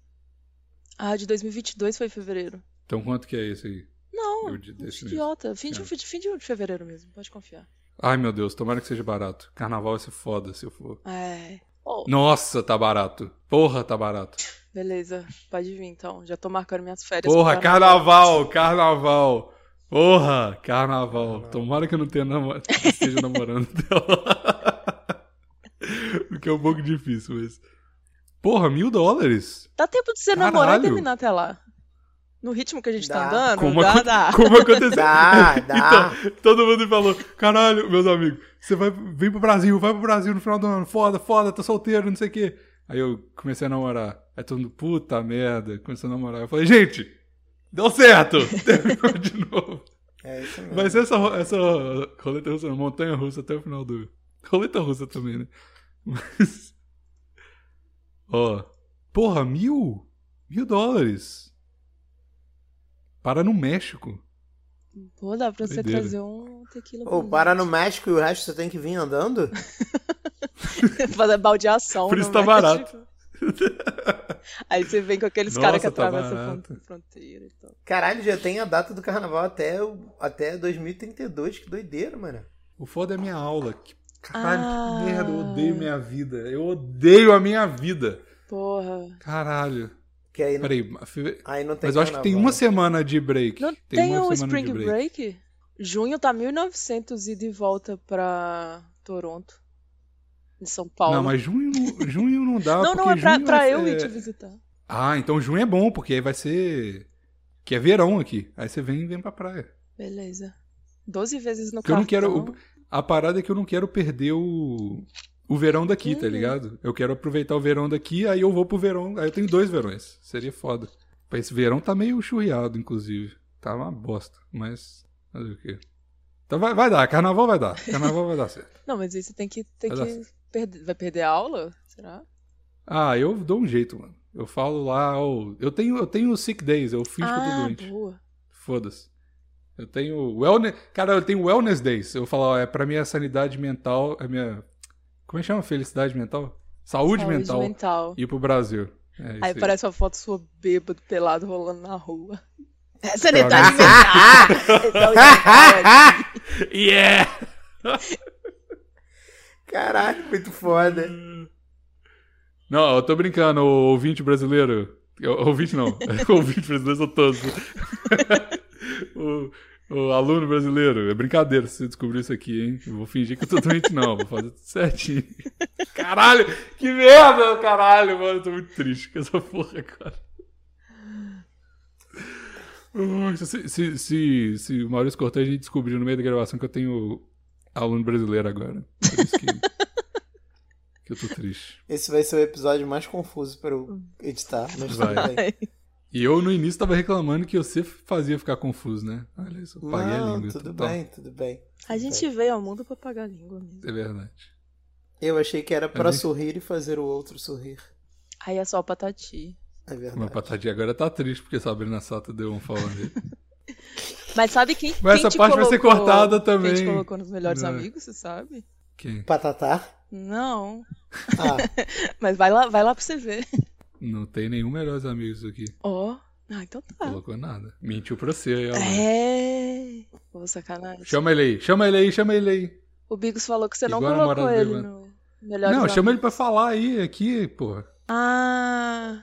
Speaker 3: Ah, de 2022 foi fevereiro.
Speaker 1: Então quanto que é esse aí?
Speaker 3: Não,
Speaker 1: Eu de- desse mesmo.
Speaker 3: idiota. Fim de,
Speaker 1: É.
Speaker 3: fim, de, fim de fevereiro mesmo, pode confiar.
Speaker 1: Ai, meu Deus, tomara que seja barato. Carnaval vai ser foda se eu for.
Speaker 3: É. Oh,
Speaker 1: Nossa, tá barato. Porra, tá barato.
Speaker 3: beleza, pode vir então. Já tô marcando minhas férias.
Speaker 1: Porra,
Speaker 3: pro carnaval.
Speaker 1: carnaval, carnaval. Porra, carnaval. Tomara que eu não tenha namor... que esteja namorando dela. O que é um pouco difícil, mas. Porra, mil dólares?
Speaker 3: Dá tempo de você
Speaker 1: Caralho.
Speaker 3: namorar e terminar até lá. No ritmo que a gente tá
Speaker 2: Dá.
Speaker 3: andando,
Speaker 1: Como,
Speaker 3: dá,
Speaker 1: aco-
Speaker 3: dá.
Speaker 1: Como aconteceu?
Speaker 2: Dá, dá.
Speaker 1: Então, todo mundo falou: caralho, meus amigos, você vai, vem pro Brasil, vai pro Brasil no final do ano, foda, foda, tô solteiro, não sei o quê. Aí eu comecei a namorar. Aí todo mundo, puta merda, começou a namorar. Eu falei: gente, deu certo! Terminou de novo.
Speaker 2: É isso mesmo.
Speaker 1: Vai ser essa, ro- essa roleta russa, montanha russa até o final do. Roleta russa também, né? Mas. Ó. Porra, mil? Mil dólares. Para no México.
Speaker 3: Pô, dá pra você
Speaker 1: Doideira.
Speaker 3: trazer um tequila. pra
Speaker 2: Ô,
Speaker 3: mim.
Speaker 2: para no México e o resto você tem que vir andando?
Speaker 3: Fazer baldeação.
Speaker 1: Por isso
Speaker 3: no
Speaker 1: tá
Speaker 3: México.
Speaker 1: barato.
Speaker 3: Aí você vem com aqueles
Speaker 1: Nossa,
Speaker 3: caras que
Speaker 1: tá
Speaker 3: atravessam a
Speaker 1: barato.
Speaker 3: fron- fronteira e tal.
Speaker 2: Caralho, já tem a data do carnaval até, o- até 2032, que doideira, mano.
Speaker 1: O foda é minha aula. Que- Caralho,
Speaker 3: Ah.
Speaker 1: que merda. Eu odeio minha vida. Eu odeio a minha vida.
Speaker 3: Porra.
Speaker 1: Caralho.
Speaker 2: Que aí não,
Speaker 1: Peraí, mas fe-
Speaker 2: aí não tem
Speaker 1: mas eu acho que tem uma
Speaker 2: carnaval.
Speaker 1: semana de break.
Speaker 3: Não
Speaker 1: tem,
Speaker 3: tem,
Speaker 1: uma semana
Speaker 3: o
Speaker 1: de
Speaker 3: Spring
Speaker 1: break.
Speaker 3: break? Junho tá 1900 e de volta pra Toronto. Em São Paulo.
Speaker 1: Não, mas junho, junho não dá.
Speaker 3: não, não,
Speaker 1: porque
Speaker 3: é pra,
Speaker 1: junho
Speaker 3: pra
Speaker 1: é-
Speaker 3: eu ir te
Speaker 1: é-
Speaker 3: visitar.
Speaker 1: Ah, então junho é bom, porque aí vai ser. Que é verão aqui. Aí você vem e vem pra praia.
Speaker 3: Beleza. Doze vezes no então.
Speaker 1: Porque eu
Speaker 3: cartão.
Speaker 1: não quero- A parada é que eu não quero perder o. O verão daqui, tá
Speaker 3: Uhum.
Speaker 1: ligado? Eu quero aproveitar o verão daqui, aí eu vou pro verão. Aí eu tenho dois verões. Seria foda. Mas Esse verão tá meio churriado, inclusive. Tá uma bosta, mas. Fazer o quê? Então vai, vai dar, carnaval vai dar. Carnaval vai dar certo.
Speaker 3: Não, mas aí você tem que. Tem
Speaker 1: Vai dar
Speaker 3: que perder... Vai perder a aula? Será?
Speaker 1: Ah, eu dou um jeito, mano. Eu falo lá, ô, eu tenho, eu tenho sick days, eu finjo que eu tô
Speaker 3: ah,
Speaker 1: doente.
Speaker 3: boa.
Speaker 1: Foda-se. Eu tenho wellness. Cara, eu tenho wellness days. Eu falo, ó, é pra minha sanidade mental, a minha. Como é que chama? Felicidade mental? Saúde,
Speaker 3: Saúde
Speaker 1: mental.
Speaker 3: mental.
Speaker 1: Ir pro Brasil. É isso
Speaker 3: Aí
Speaker 1: aí.
Speaker 3: parece uma foto sua bêbado, pelado, rolando na rua. Então, É
Speaker 1: sanidade
Speaker 3: sanidade
Speaker 1: Yeah!
Speaker 2: Caralho, muito foda.
Speaker 1: Não, eu tô brincando, ô, ouvinte brasileiro. Eu- Ouvinte não. ouvinte brasileiro são todos. o, o aluno brasileiro. É brincadeira se você descobrir isso aqui, hein? Eu vou fingir que eu tô doente, não. Vou fazer tudo certinho. Caralho! Que merda, caralho, mano. Eu tô muito triste com essa porra, cara. Ai, Se, se, se, se o Maurício Cortez descobriu no meio da gravação que eu tenho aluno brasileiro agora. Por isso que, que eu tô triste.
Speaker 2: Esse vai ser o episódio mais confuso para eu editar, mas tudo
Speaker 1: Vai.
Speaker 2: bem.
Speaker 1: E eu no início tava reclamando que você fazia ficar confuso, né? Olha isso, eu paguei
Speaker 2: Não,
Speaker 1: a língua.
Speaker 2: tudo
Speaker 1: total.
Speaker 2: bem, tudo bem.
Speaker 3: A gente veio ao mundo pra pagar a língua mesmo.
Speaker 1: É verdade.
Speaker 2: Eu achei que era para
Speaker 1: Mas-
Speaker 2: sorrir e fazer o outro sorrir.
Speaker 3: Aí é só o patati.
Speaker 2: É
Speaker 1: Mas
Speaker 2: verdade.
Speaker 1: Patati agora tá triste porque Sabrina Sato deu um falando dele.
Speaker 3: Mas sabe quem.
Speaker 1: Mas
Speaker 3: quem
Speaker 1: essa
Speaker 3: te
Speaker 1: parte vai ser
Speaker 3: colocou-
Speaker 1: cortada
Speaker 3: Quem
Speaker 1: também. É.
Speaker 3: te colocou nos melhores
Speaker 1: Não.
Speaker 3: amigos, você sabe?
Speaker 1: Quem?
Speaker 2: Patatá?
Speaker 3: Não.
Speaker 2: Ah,
Speaker 3: Mas vai lá, vai lá pra você ver.
Speaker 1: Não tem nenhum melhores amigos aqui.
Speaker 3: Ó. Ah, então tá.
Speaker 1: Colocou nada. Mentiu pra você aí, ó.
Speaker 3: É. Ô, sacanagem.
Speaker 1: Chama ele aí, chama ele aí, chama ele aí.
Speaker 3: O Bigos falou que você não
Speaker 1: Igual a
Speaker 3: colocou
Speaker 1: namorada
Speaker 3: ele
Speaker 1: dele, né?
Speaker 3: no melhor
Speaker 1: não, chama ele pra falar aí, aqui, porra.
Speaker 3: Ah.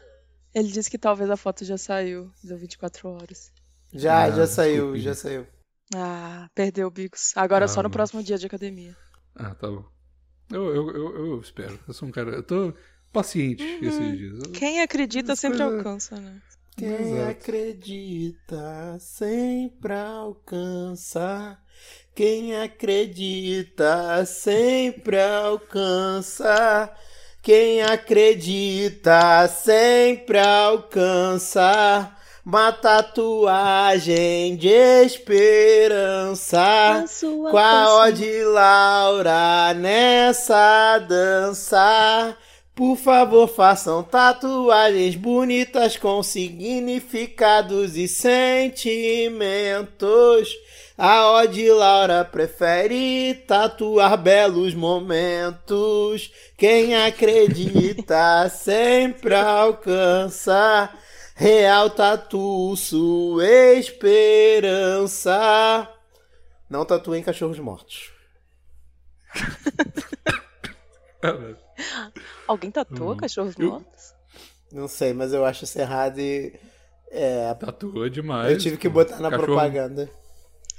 Speaker 3: Ele disse que talvez a foto já saiu. Deu 24 horas.
Speaker 2: já,
Speaker 1: Ah,
Speaker 2: já saiu,
Speaker 1: desculpinha.
Speaker 2: já saiu.
Speaker 3: Ah, perdeu o Bigos. Agora é só
Speaker 1: Ah,
Speaker 3: no
Speaker 1: mas-
Speaker 3: próximo dia de academia.
Speaker 1: Ah, tá bom. Eu, eu, eu, eu espero. Eu sou um cara. Eu tô paciente esses dias. Eu-
Speaker 3: Quem acredita
Speaker 1: Essas
Speaker 3: sempre
Speaker 1: coisas-
Speaker 3: alcança, né?
Speaker 2: Quem
Speaker 1: Exato.
Speaker 2: acredita sempre alcança. Quem acredita sempre alcança. Quem acredita sempre alcança. Uma tatuagem de esperança.
Speaker 3: sua
Speaker 2: Com Ah, a de Laura nessa dança. Por favor, façam tatuagens bonitas com significados e sentimentos. A Ode Laura prefere tatuar belos momentos. Quem acredita sempre alcança. Real tatu sua esperança. Não tatuem cachorros mortos.
Speaker 3: Alguém tatuou
Speaker 1: Hum.
Speaker 3: cachorros
Speaker 1: Eu-
Speaker 3: mortos?
Speaker 2: Não sei, mas eu acho isso errado e. É,
Speaker 1: Tatuou tá demais.
Speaker 2: eu tive que
Speaker 1: pô.
Speaker 2: botar na
Speaker 1: Cachorro-
Speaker 2: propaganda.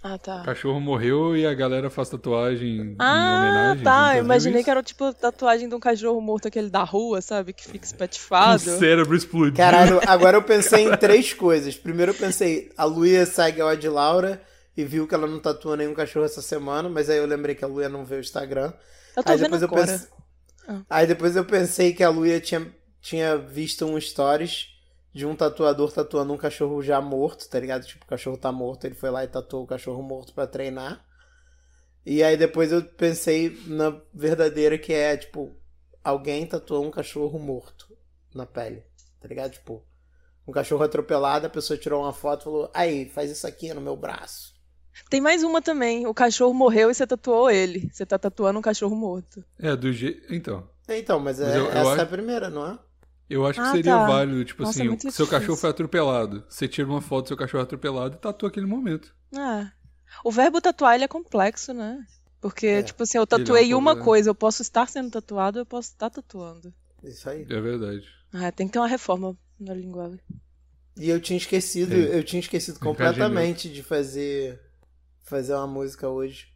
Speaker 3: Ah, tá.
Speaker 1: Cachorro morreu e a galera faz tatuagem em
Speaker 3: Ah,
Speaker 1: homenagem. Nunca
Speaker 3: tá.
Speaker 1: viu
Speaker 3: Eu imaginei
Speaker 1: isso?
Speaker 3: que era tipo a tatuagem de um cachorro morto, aquele da rua, sabe? Que fica
Speaker 1: Um
Speaker 3: espatifado.
Speaker 1: cérebro explodiu.
Speaker 2: Caralho, agora eu pensei em três coisas. Primeiro eu pensei, a Luia segue a de Laura e viu que ela não tatuou nenhum cachorro essa semana, mas aí eu lembrei que a Luia não vê o Instagram.
Speaker 3: Eu tô
Speaker 2: Aí
Speaker 3: vendo
Speaker 2: depois eu
Speaker 3: agora.
Speaker 2: pensei.
Speaker 3: Ah.
Speaker 2: Aí depois eu pensei que a Luia tinha, tinha visto um stories de um tatuador tatuando um cachorro já morto, tá ligado? Tipo, o cachorro tá morto, ele foi lá e tatuou o cachorro morto pra treinar. E aí depois eu pensei na verdadeira que é, tipo, alguém tatuou um cachorro morto na pele, tá ligado? Tipo, um cachorro atropelado, a pessoa tirou uma foto e falou: "Aí, faz isso aqui no meu braço".
Speaker 3: Tem mais uma também. O cachorro morreu e você tatuou ele. Você tá tatuando um cachorro morto.
Speaker 1: É, do jeito. Então.
Speaker 2: Então, mas, é-
Speaker 1: Mas eu- eu
Speaker 2: essa
Speaker 1: acho-
Speaker 2: é a primeira, não é?
Speaker 1: Eu acho que
Speaker 3: Ah,
Speaker 1: seria
Speaker 3: tá.
Speaker 1: válido, tipo
Speaker 3: Nossa,
Speaker 1: assim,
Speaker 3: é muito
Speaker 1: seu cachorro
Speaker 3: difícil.
Speaker 1: foi atropelado. Você tira uma foto do seu cachorro atropelado e tatua aquele momento.
Speaker 3: Ah. O verbo tatuar, ele é complexo, né? Porque,
Speaker 2: É.
Speaker 3: tipo assim, eu
Speaker 1: é um
Speaker 3: tatuei uma
Speaker 1: problema.
Speaker 3: coisa. Eu posso estar sendo tatuado, eu posso estar tatuando.
Speaker 2: Isso aí.
Speaker 1: É verdade.
Speaker 3: Ah, tem que ter uma reforma na linguagem.
Speaker 2: E eu tinha esquecido,
Speaker 1: É.
Speaker 2: eu tinha esquecido
Speaker 1: Tem que
Speaker 2: completamente de fazer fazer uma música hoje.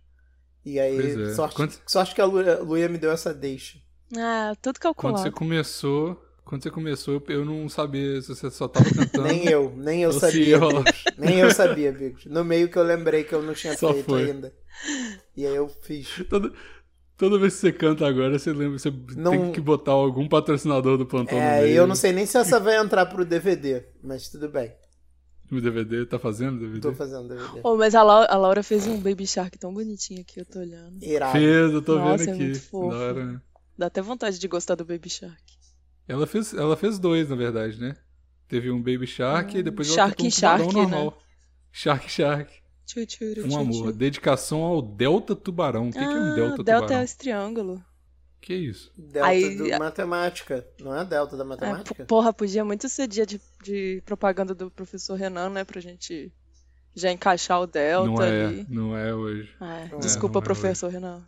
Speaker 2: E aí,
Speaker 1: Pois é.
Speaker 2: sorte,
Speaker 1: Quantos-
Speaker 2: sorte que a Luia, Luia me deu essa deixa.
Speaker 3: Ah, tudo
Speaker 1: Quando
Speaker 3: calculado.
Speaker 1: você começou. Quando você começou, eu não sabia se você só tava cantando.
Speaker 2: Nem eu, nem eu
Speaker 1: ou se
Speaker 2: sabia.
Speaker 1: eu-
Speaker 2: Bigos. Nem eu sabia, Bigos. No meio que eu lembrei que eu não tinha
Speaker 1: Só
Speaker 2: feito
Speaker 1: foi.
Speaker 2: ainda. E aí eu fiz.
Speaker 1: Toda, toda vez que você canta agora, você lembra, você
Speaker 2: Não-
Speaker 1: tem que botar algum patrocinador do plantão no
Speaker 2: É,
Speaker 1: meio.
Speaker 2: e eu não sei nem se essa vai entrar pro DVD, mas tudo bem.
Speaker 1: O DVD tá fazendo DVD?
Speaker 2: Tô fazendo DVD.
Speaker 3: Oh, mas a Lau- a Laura, fez um Baby Shark tão bonitinho aqui, eu tô olhando.
Speaker 2: Irado.
Speaker 1: Fez, eu tô
Speaker 3: Tá. Nossa,
Speaker 1: vendo
Speaker 3: é
Speaker 1: aqui.
Speaker 3: muito fofo.
Speaker 1: Da hora, né?
Speaker 3: Dá até vontade de gostar do Baby Shark.
Speaker 1: Ela fez, ela fez dois, na verdade, né? Teve um Baby Shark e depois
Speaker 3: Shark
Speaker 1: ela tocou um
Speaker 3: Shark, né?
Speaker 1: tubarão normal. Shark Shark.
Speaker 3: Tchutchuru,
Speaker 1: Um amor.
Speaker 3: tchutchu.
Speaker 1: Dedicação ao Delta Tubarão. O que, que é um
Speaker 3: Ah,
Speaker 1: Delta,
Speaker 3: é
Speaker 1: Tubarão?
Speaker 3: esse triângulo.
Speaker 1: Que isso?
Speaker 2: Delta
Speaker 3: Aí-
Speaker 2: do matemática. Não é delta da
Speaker 3: É,
Speaker 2: matemática?
Speaker 3: po- porra, podia muito ser dia de, de propaganda do professor Renan, né? Pra gente já encaixar o Delta
Speaker 1: não é,
Speaker 3: ali.
Speaker 1: não é hoje.
Speaker 3: Ah,
Speaker 2: Não é,
Speaker 3: desculpa,
Speaker 1: não é
Speaker 3: professor Renan.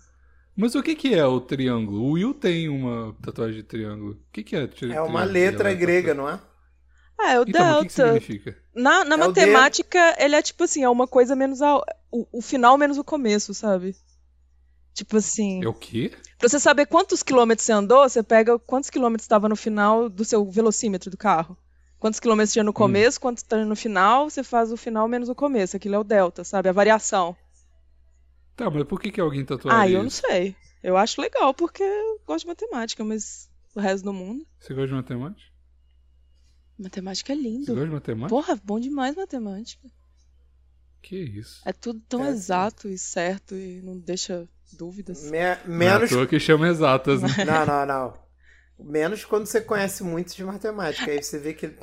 Speaker 1: Mas o que que é o triângulo? O Will tem uma tatuagem de triângulo. O que que é? tri-
Speaker 2: É uma
Speaker 1: triângulo?
Speaker 2: letra
Speaker 1: Ela-
Speaker 2: grega, não é?
Speaker 3: Ah, é o
Speaker 1: Então, mas o que, que
Speaker 3: Delta.
Speaker 1: significa?
Speaker 3: na na
Speaker 2: É o
Speaker 3: matemática, ele é tipo assim, é uma coisa menos a, o, o final menos o começo, sabe? Tipo assim.
Speaker 1: É o quê?
Speaker 3: Pra você saber quantos quilômetros você andou, você pega quantos quilômetros estava no final do seu velocímetro do carro. Quantos quilômetros
Speaker 1: Hum.
Speaker 3: tinha no começo, quantos tinha no final, você faz o final menos o começo. Aquilo é o delta, sabe? A variação.
Speaker 1: Tá, mas por que, que alguém tatuaria
Speaker 3: Ah, eu não
Speaker 1: isso?
Speaker 3: sei. Eu acho legal porque eu gosto de matemática, mas o resto do mundo.
Speaker 1: Você gosta de matemática?
Speaker 3: Matemática é
Speaker 1: Você
Speaker 3: lindo.
Speaker 1: gosta de matemática?
Speaker 3: Porra, bom demais matemática.
Speaker 1: Que isso?
Speaker 3: É tudo tão
Speaker 2: É, sim.
Speaker 3: exato e certo e não deixa dúvidas.
Speaker 2: Me-
Speaker 1: Menos...
Speaker 2: menos.
Speaker 1: Não, é à toa que chama exatas, né?
Speaker 2: Não, não, não. Menos quando você conhece muito de matemática. Aí você vê que. um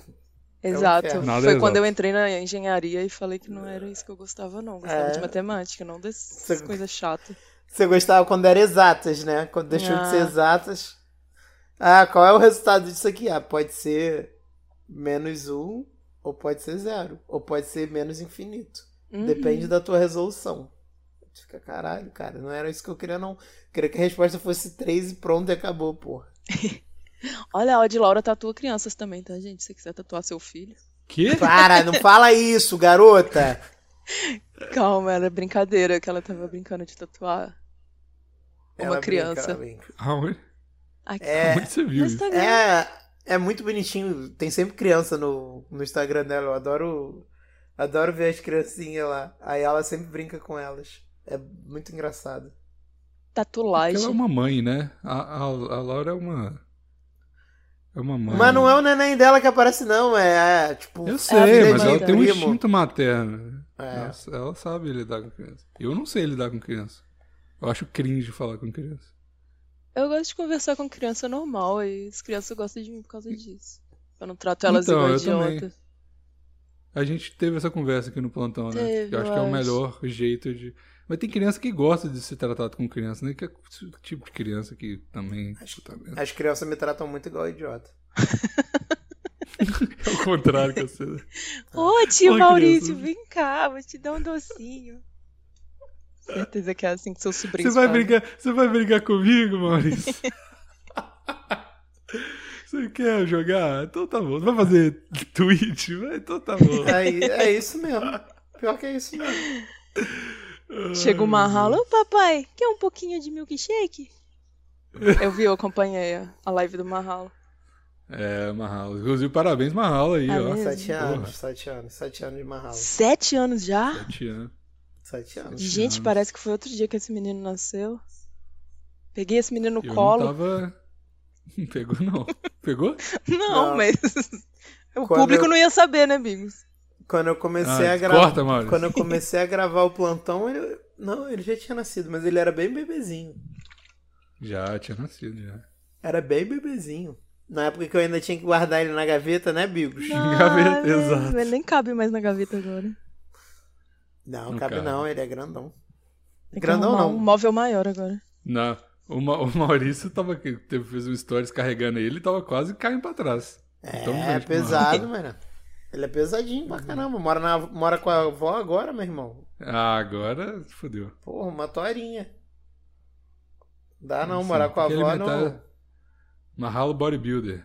Speaker 3: Exato.
Speaker 2: inferno.
Speaker 1: Nada
Speaker 3: Foi
Speaker 1: é
Speaker 3: quando
Speaker 1: exato.
Speaker 3: eu entrei na engenharia e falei que não era isso que eu gostava, não. Eu Gostava
Speaker 2: É.
Speaker 3: de matemática, não dessas
Speaker 2: Você-
Speaker 3: coisas chatas.
Speaker 2: Você gostava quando era exatas, né? Quando deixou de ser
Speaker 3: Ah.
Speaker 2: exatas. Ah, qual é o resultado disso aqui? Ah, pode ser menos um, ou pode ser zero, ou pode ser menos infinito.
Speaker 3: Uhum.
Speaker 2: Depende da tua resolução. Tu Fica, caralho, cara, não era isso que eu queria, não. Eu queria que a resposta fosse três e pronto e acabou, porra.
Speaker 3: Olha, a Odd Laura tatua crianças também, tá, gente? Se você quiser tatuar seu filho.
Speaker 1: Que?
Speaker 2: Para, não fala isso, garota!
Speaker 3: Calma, era brincadeira que ela tava brincando de tatuar uma
Speaker 2: Ela brinca,
Speaker 3: criança.
Speaker 2: ela brinca.
Speaker 1: Aonde,
Speaker 3: Ai,
Speaker 2: É,
Speaker 1: aonde você viu
Speaker 3: no
Speaker 1: isso?
Speaker 3: Instagram.
Speaker 2: É, é muito bonitinho. Tem sempre criança no, no Instagram dela. Eu adoro, adoro ver as criancinhas lá. Aí ela sempre brinca com elas. É muito engraçado.
Speaker 1: Porque Ela é
Speaker 3: Tatuagem.
Speaker 1: uma mãe, né? A, a, a Laura é uma. É uma mãe.
Speaker 2: Mas não é o neném dela que aparece, não. É, é, tipo.
Speaker 1: Eu
Speaker 3: a
Speaker 1: sei,
Speaker 3: filha
Speaker 1: mas
Speaker 3: de
Speaker 1: ela tem um
Speaker 2: primo.
Speaker 1: instinto materno.
Speaker 2: É.
Speaker 1: Ela, ela sabe lidar com criança. Eu não sei lidar com criança. Eu acho cringe falar com criança.
Speaker 3: Eu gosto de conversar com criança normal e as crianças gostam de mim por causa disso. Eu não trato elas
Speaker 1: Então,
Speaker 3: igual
Speaker 1: eu
Speaker 3: idiota.
Speaker 1: A gente teve essa conversa aqui no plantão, né?
Speaker 3: Teve,
Speaker 1: eu acho que é o
Speaker 3: eu acho.
Speaker 1: melhor jeito de. Mas tem criança que gosta de ser tratado com criança, né? Que é esse tipo de criança que também.
Speaker 2: Acho-
Speaker 1: Puta merda.
Speaker 2: As crianças me tratam muito igual idiota.
Speaker 1: É o contrário que você.
Speaker 3: Ô, tio
Speaker 1: Oi,
Speaker 3: Maurício,
Speaker 1: criança.
Speaker 3: vem cá, vou te dar um docinho. Certeza que é assim que seus
Speaker 1: Você
Speaker 3: sobrinhos
Speaker 1: vai,
Speaker 3: fazem.
Speaker 1: brigar, você vai brigar comigo, Maurício? você quer jogar? Então tá bom. Você vai fazer tweet? Vai, Então tá bom.
Speaker 2: Aí, é isso mesmo. Pior que é isso mesmo.
Speaker 3: Chega uma
Speaker 2: Hum.
Speaker 3: rala, ô papai, quer um pouquinho de milkshake? Eu vi, eu acompanhei a- a live do Mahalo.
Speaker 1: É, Marralo. Inclusive, parabéns, Marralo aí,
Speaker 3: É
Speaker 1: ó.
Speaker 3: mesmo?
Speaker 2: Sete
Speaker 1: Porra.
Speaker 2: anos, sete anos, sete anos de marral.
Speaker 3: Sete anos já?
Speaker 1: Sete anos.
Speaker 2: Sete anos.
Speaker 3: Gente,
Speaker 1: anos.
Speaker 3: parece que foi outro dia que esse menino nasceu. Peguei esse menino no
Speaker 1: Eu
Speaker 3: colo.
Speaker 1: não tava. Não pegou, não. Pegou?
Speaker 3: Não,
Speaker 2: Não.
Speaker 3: mas. O
Speaker 2: Quando
Speaker 3: público
Speaker 2: eu-
Speaker 3: não ia saber, né, amigos?
Speaker 2: Quando eu comecei
Speaker 1: Ah,
Speaker 2: a gravar.
Speaker 1: Corta, Maurício.
Speaker 2: é Quando eu comecei a gravar o plantão, ele. Não, ele já tinha nascido, mas ele era bem bebezinho.
Speaker 1: Já tinha nascido, já.
Speaker 2: Era bem bebezinho. Na época que eu ainda tinha que guardar ele na gaveta, né, Bigos?
Speaker 1: Gaveta, exato.
Speaker 3: Ah, Ele nem cabe mais na gaveta agora.
Speaker 2: Não,
Speaker 1: Não
Speaker 2: cabe
Speaker 1: cabe.
Speaker 2: não, ele é grandão.
Speaker 3: Tem que
Speaker 2: Grandão
Speaker 3: arrumar
Speaker 2: não.
Speaker 3: Um móvel maior agora.
Speaker 1: Não. O, Ma- o Maurício tava, que teve, fez um stories carregando ele e tava quase caindo pra trás.
Speaker 2: É,
Speaker 1: Tão grande que o
Speaker 2: pesado, mano. Ele é pesadinho
Speaker 1: Uhum.
Speaker 2: pra caramba. Mora, na, mora com a avó agora, meu irmão.
Speaker 1: Ah, agora fodeu.
Speaker 2: Porra, uma torinha. Dá Ah, não,
Speaker 1: Sim,
Speaker 2: morar com a
Speaker 1: porque ele
Speaker 2: avó
Speaker 1: vai
Speaker 2: não.
Speaker 1: tá- Marralo bodybuilder.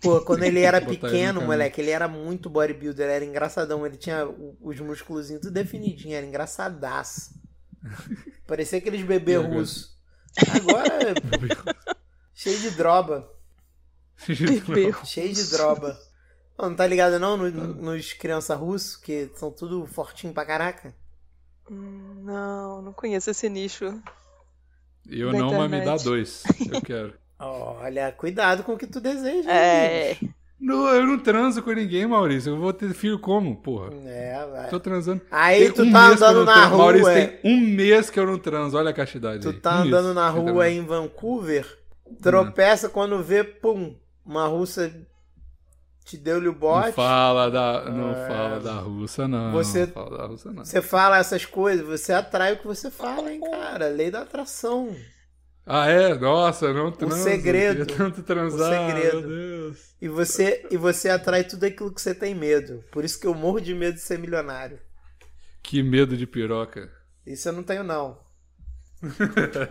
Speaker 2: Pô, quando ele era
Speaker 1: Botar ele no
Speaker 2: pequeno,
Speaker 1: caminho.
Speaker 2: moleque, ele era muito bodybuilder, era engraçadão. Ele tinha o- os músculos tudo definidinho, era engraçadaço. Parecia aqueles
Speaker 1: E
Speaker 2: bebê
Speaker 1: agora?
Speaker 2: russos. Agora, cheio de droba.
Speaker 3: Bebê.
Speaker 2: Cheio de droga. Ô, não tá ligado não no-
Speaker 1: Ah.
Speaker 2: nos criança russo, que são tudo fortinho pra caraca?
Speaker 3: Hum, Não, não conheço esse nicho.
Speaker 1: Eu
Speaker 3: Da
Speaker 1: não, mas me dá
Speaker 3: internet.
Speaker 1: dois. Eu quero.
Speaker 2: Olha, cuidado com o que tu deseja. né,
Speaker 3: É.
Speaker 2: Bigos?
Speaker 1: Não, eu não transo com ninguém, Maurício. Eu vou ter filho como, porra?
Speaker 2: É, vai.
Speaker 1: Tô transando.
Speaker 2: Aí
Speaker 1: Tem
Speaker 2: tu
Speaker 1: um
Speaker 2: tá
Speaker 1: mês que eu não
Speaker 2: andando na
Speaker 1: transo. Maurício,
Speaker 2: rua. é.
Speaker 1: tem um mês que eu não transo. Olha a castidade. aí.
Speaker 2: Tu tá
Speaker 1: Um mês.
Speaker 2: andando na
Speaker 1: Você tá
Speaker 2: rua
Speaker 1: vendo?
Speaker 2: em Vancouver,
Speaker 1: Hum.
Speaker 2: tropeça quando vê, pum, uma russa te deu-lhe o
Speaker 1: Não
Speaker 2: bote.
Speaker 1: fala da, não
Speaker 2: É.
Speaker 1: fala da russa, não.
Speaker 2: Você-
Speaker 1: Não fala da russa, não.
Speaker 2: Você fala essas coisas, você atrai o que você fala, hein, cara? Lei da atração.
Speaker 1: Ah, é? Nossa, não transo. eu
Speaker 2: segredo.
Speaker 1: queria tanto transar.
Speaker 2: segredo.
Speaker 1: Meu Deus.
Speaker 2: E você, e você atrai tudo aquilo que você tem medo. Por isso que eu morro de medo de ser milionário.
Speaker 1: Que medo de piroca.
Speaker 2: Isso eu não tenho, não.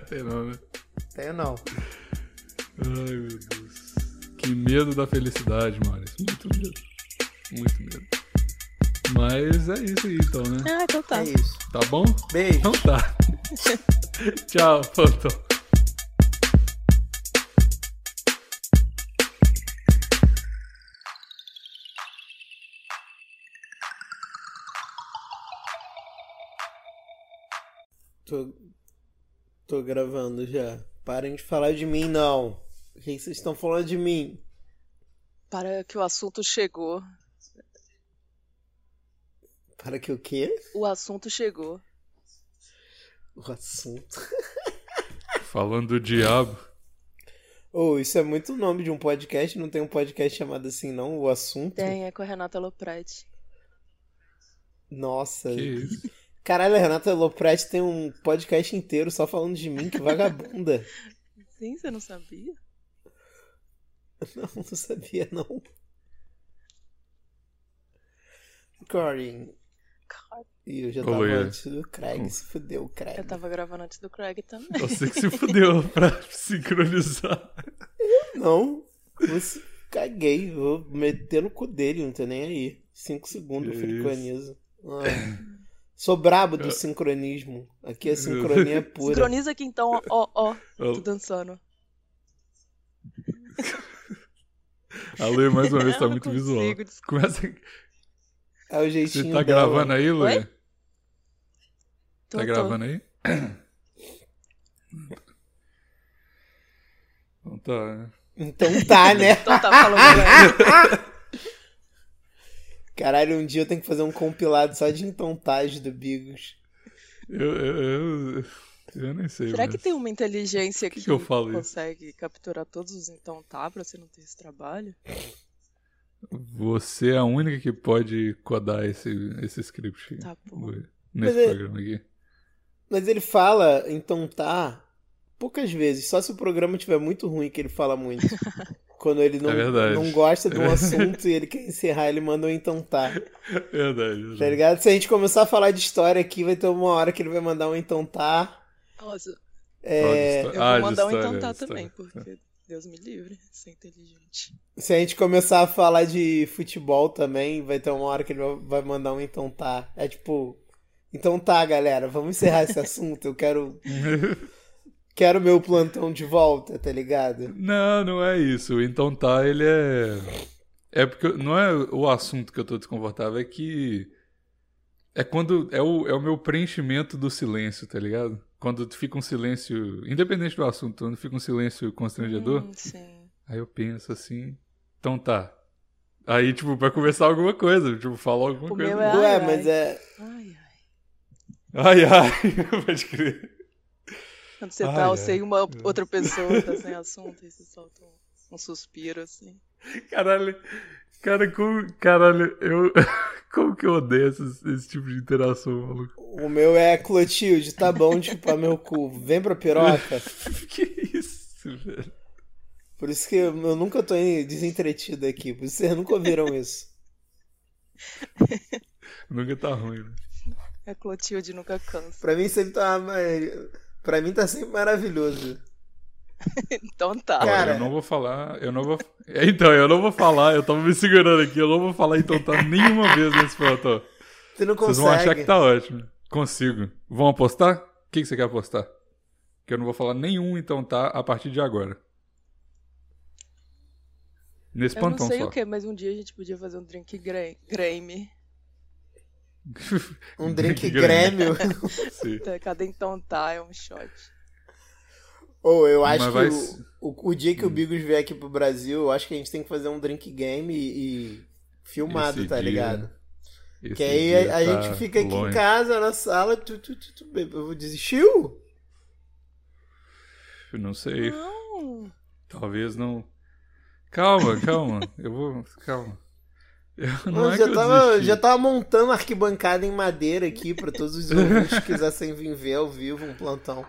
Speaker 1: Sei não, né?
Speaker 2: Tenho, não.
Speaker 1: Ai, meu Deus. Que medo da felicidade, Maurício. Muito medo. Muito medo. Mas é isso aí, então, né?
Speaker 3: Ah, então tá.
Speaker 2: É isso.
Speaker 1: Tá bom?
Speaker 2: Beijo.
Speaker 1: Então tá. Tchau, Phantom.
Speaker 2: Tô, tô gravando já. Parem de falar de mim, não. O que vocês estão falando de mim?
Speaker 3: Para que o assunto chegou.
Speaker 2: Para que o quê?
Speaker 3: O assunto chegou.
Speaker 2: O assunto.
Speaker 1: Falando do diabo.
Speaker 2: Oh, isso é muito nome de um podcast. Não tem um podcast chamado assim, não? O assunto?
Speaker 3: Tem, é com a Renata Lopretti.
Speaker 2: Nossa.
Speaker 1: Que isso?
Speaker 2: Caralho, a Renata Lopretti tem um podcast inteiro só falando de mim, que vagabunda.
Speaker 3: Sim, você não sabia?
Speaker 2: não, não sabia, não. Corin. E eu já tava
Speaker 1: Oi, é.
Speaker 2: antes do Craig, se fudeu o Craig.
Speaker 3: Eu tava gravando antes do Craig também.
Speaker 1: Você que se fudeu pra sincronizar.
Speaker 2: Não, você caguei, vou meter no cu dele, não tô nem aí. Cinco segundos, eu
Speaker 1: Que isso.
Speaker 2: sincronizo. Ah, Sou brabo do sincronismo. Aqui a sincronia é pura.
Speaker 3: Sincroniza aqui então, ó, ó, ó. Tô
Speaker 1: Ó,
Speaker 3: dançando.
Speaker 1: A Lê, mais uma vez, tá
Speaker 3: Eu não
Speaker 1: muito
Speaker 3: consigo,
Speaker 1: visual.
Speaker 3: desculpa.
Speaker 1: Começa.
Speaker 2: É o
Speaker 1: Você
Speaker 2: jeitinho
Speaker 1: tá
Speaker 2: dela.
Speaker 1: gravando aí, Lê?
Speaker 3: Oi? Tô,
Speaker 1: Tá
Speaker 3: tô.
Speaker 1: gravando aí? Então tá, né?
Speaker 2: Então tá, né?
Speaker 3: Então tá falando agora.
Speaker 2: Caralho, um dia eu tenho que fazer um compilado só de então tás do Bigos.
Speaker 1: Eu, eu, eu, eu nem sei.
Speaker 3: Será
Speaker 1: mas-
Speaker 3: que tem uma inteligência
Speaker 1: que
Speaker 3: que,
Speaker 1: que eu falo isso?
Speaker 3: consegue capturar todos os então tá pra você não ter esse trabalho?
Speaker 1: Você é a única que pode codar esse, esse script
Speaker 3: Tá bom.
Speaker 1: nesse
Speaker 2: Mas é-
Speaker 1: programa aqui.
Speaker 2: Mas ele fala então tá poucas vezes, só se o programa tiver muito ruim que ele fala muito. Quando ele não,
Speaker 1: É verdade.
Speaker 2: não gosta de um
Speaker 1: É
Speaker 2: assunto e ele quer encerrar, ele manda um então tá.
Speaker 1: Verdade.
Speaker 2: Tá
Speaker 1: verdade.
Speaker 2: ligado? Se a gente começar a falar de história aqui, vai ter uma hora que ele vai mandar um então tá.
Speaker 3: Nossa,
Speaker 1: Olha,
Speaker 2: É,
Speaker 3: eu vou
Speaker 1: ah, de
Speaker 3: mandar um
Speaker 1: história,
Speaker 3: então tá
Speaker 1: de história.
Speaker 3: também, porque Deus me livre, ser inteligente.
Speaker 2: se a gente começar a falar de futebol também, vai ter uma hora que ele vai- vai mandar um então tá. É tipo, então tá, galera, vamos encerrar esse assunto. Eu quero quero meu plantão de volta, tá ligado?
Speaker 1: Não, não é isso. Então tá, ele é. É porque. eu- Não é o assunto que eu tô desconfortável, é que. É quando. É o, é o meu preenchimento do silêncio, tá ligado? Quando fica um silêncio. Independente do assunto, quando fica um silêncio constrangedor,
Speaker 3: Hum, sim.
Speaker 1: aí eu penso assim. Então tá. Aí, tipo, pra conversar alguma coisa, tipo, falar alguma
Speaker 3: O
Speaker 1: coisa.
Speaker 3: meu é-
Speaker 2: Ué,
Speaker 3: ai.
Speaker 2: mas é
Speaker 3: Ai, ai.
Speaker 1: Ai, ai, pode crer.
Speaker 3: Quando você
Speaker 1: Ai,
Speaker 3: tá
Speaker 1: ai.
Speaker 3: ao sem uma outra pessoa, tá sem assunto, aí você solta um, um suspiro assim.
Speaker 1: Caralho. Cara, como. Caralho, eu. Como que eu odeio esses- esse, tipo de interação, maluco?
Speaker 2: O meu é Clotilde, tá bom de chupar meu cu. Vem pra piroca.
Speaker 1: que isso, velho?
Speaker 2: Por isso que eu, eu nunca tô em- desentretido aqui. Por isso vocês nunca ouviram isso.
Speaker 1: Nunca tá ruim, né?
Speaker 3: A É Clotilde nunca cansa.
Speaker 2: Pra mim sempre tá. ma- Pra mim tá sempre maravilhoso.
Speaker 3: Então tá.
Speaker 1: Olha,
Speaker 2: Cara-
Speaker 1: eu não vou falar, eu não vou. É, Então, eu não vou falar, eu tava me segurando aqui, eu não vou falar então tá nenhuma vez nesse plantão.
Speaker 2: Tu não
Speaker 1: Vocês vão achar que
Speaker 2: consegue.
Speaker 1: tá ótimo. Consigo. Vão apostar? O que, que você quer apostar? Que eu não vou falar nenhum então tá a partir de agora. Nesse
Speaker 3: Eu não
Speaker 1: plantão
Speaker 3: sei
Speaker 1: só.
Speaker 3: o que, mas um dia a gente podia fazer um drink gra- Grame.
Speaker 2: Um drink
Speaker 1: Grêmio.
Speaker 2: Grêmio.
Speaker 1: Sim.
Speaker 3: Então, Cada então tá é um shot.
Speaker 2: Ou eu acho
Speaker 1: Mas
Speaker 2: que
Speaker 1: vai
Speaker 2: o-
Speaker 1: s-
Speaker 2: o, o, dia que o Bigos vier aqui pro Brasil, eu acho que a gente tem que fazer um drink game e, e filmado,
Speaker 1: Esse
Speaker 2: tá
Speaker 1: dia-
Speaker 2: ligado?
Speaker 1: Esse
Speaker 2: Que aí
Speaker 1: dia
Speaker 2: a, a
Speaker 1: tá
Speaker 2: gente fica aqui em
Speaker 1: longe.
Speaker 2: casa, na sala, tu, tu, tu, tu, bebe. eu vou desistiu?
Speaker 1: Não sei.
Speaker 3: Não!
Speaker 1: Talvez não. Calma, calma. Eu vou. Calma. Eu, não
Speaker 2: Mano,
Speaker 1: é
Speaker 2: já,
Speaker 1: que eu
Speaker 2: tava,
Speaker 1: desisti.
Speaker 2: já tá tava montando arquibancada em madeira aqui pra todos os ouvintes que quisessem vir ver ao vivo um plantão.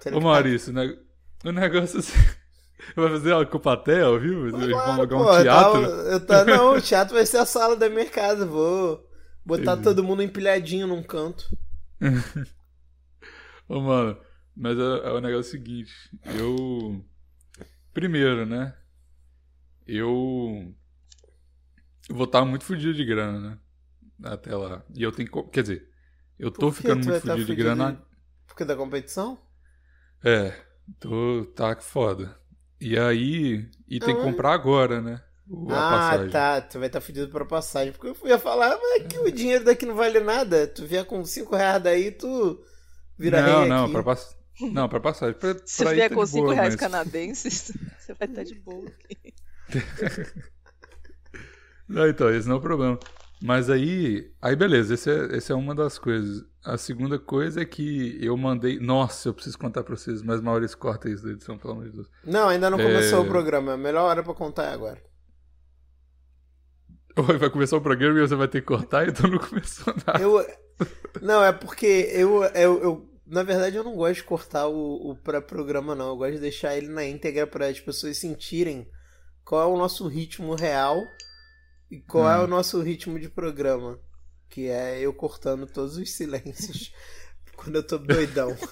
Speaker 2: Tá
Speaker 1: Ô
Speaker 2: ligado?
Speaker 1: Maurício, né, o negócio assim. Vai fazer uma copatéia ao vivo? Vai
Speaker 2: Claro,
Speaker 1: alugar
Speaker 2: pô,
Speaker 1: um
Speaker 2: eu
Speaker 1: teatro?
Speaker 2: tava- eu tava- não, o teatro vai ser a sala da minha casa. Vou botar
Speaker 1: Entendi.
Speaker 2: todo mundo empilhadinho num canto.
Speaker 1: Ô, mano, mas é, é o negócio seguinte, eu. Primeiro, né? Eu. Vou estar muito fudido de grana, né? Até lá. E eu tenho. co- Quer dizer, eu tô
Speaker 2: Por que
Speaker 1: ficando
Speaker 2: tu
Speaker 1: muito
Speaker 2: vai
Speaker 1: fudido,
Speaker 2: tá
Speaker 1: de grana.
Speaker 2: Porque da competição?
Speaker 1: É, tô. Tá foda. E aí. E tem que
Speaker 2: Ah.
Speaker 1: comprar agora, né? o- A
Speaker 2: ah,
Speaker 1: passagem.
Speaker 2: tá. Tu vai estar tá fudido pra passagem. "Ah, Porque eu ia falar, mas que o dinheiro daqui não vale nada. Tu vier com 5 reais daí, tu vira
Speaker 1: não,
Speaker 2: rei
Speaker 1: não,
Speaker 2: aqui.
Speaker 1: pra pass... Não, pra passagem. Pra,
Speaker 3: Se
Speaker 1: pra ir
Speaker 3: vier
Speaker 1: tá
Speaker 3: com
Speaker 1: de
Speaker 3: 5
Speaker 1: boa,
Speaker 3: reais
Speaker 1: mas-
Speaker 3: canadenses, você vai estar de boa.
Speaker 1: Não, então, esse não é o problema. Mas aí, aí beleza, esse é, esse é uma das coisas. A segunda coisa é que eu mandei. Nossa, eu preciso contar pra vocês, mas Maurício corta isso da edição, pelo amor de Deus.
Speaker 2: Não, ainda não começou
Speaker 1: É.
Speaker 2: o programa. A melhor hora pra contar é agora.
Speaker 1: Oi, Vai começar o programa e você vai ter que cortar, então não começou nada.
Speaker 2: Eu... Não, é porque eu, eu, eu- Na verdade, eu não gosto de cortar o, o pré-programa, não. Eu gosto de deixar ele na íntegra para as pessoas sentirem qual é o nosso ritmo real e qual é o nosso ritmo de programa. Que é eu cortando todos os silêncios quando eu tô doidão.
Speaker 1: Tá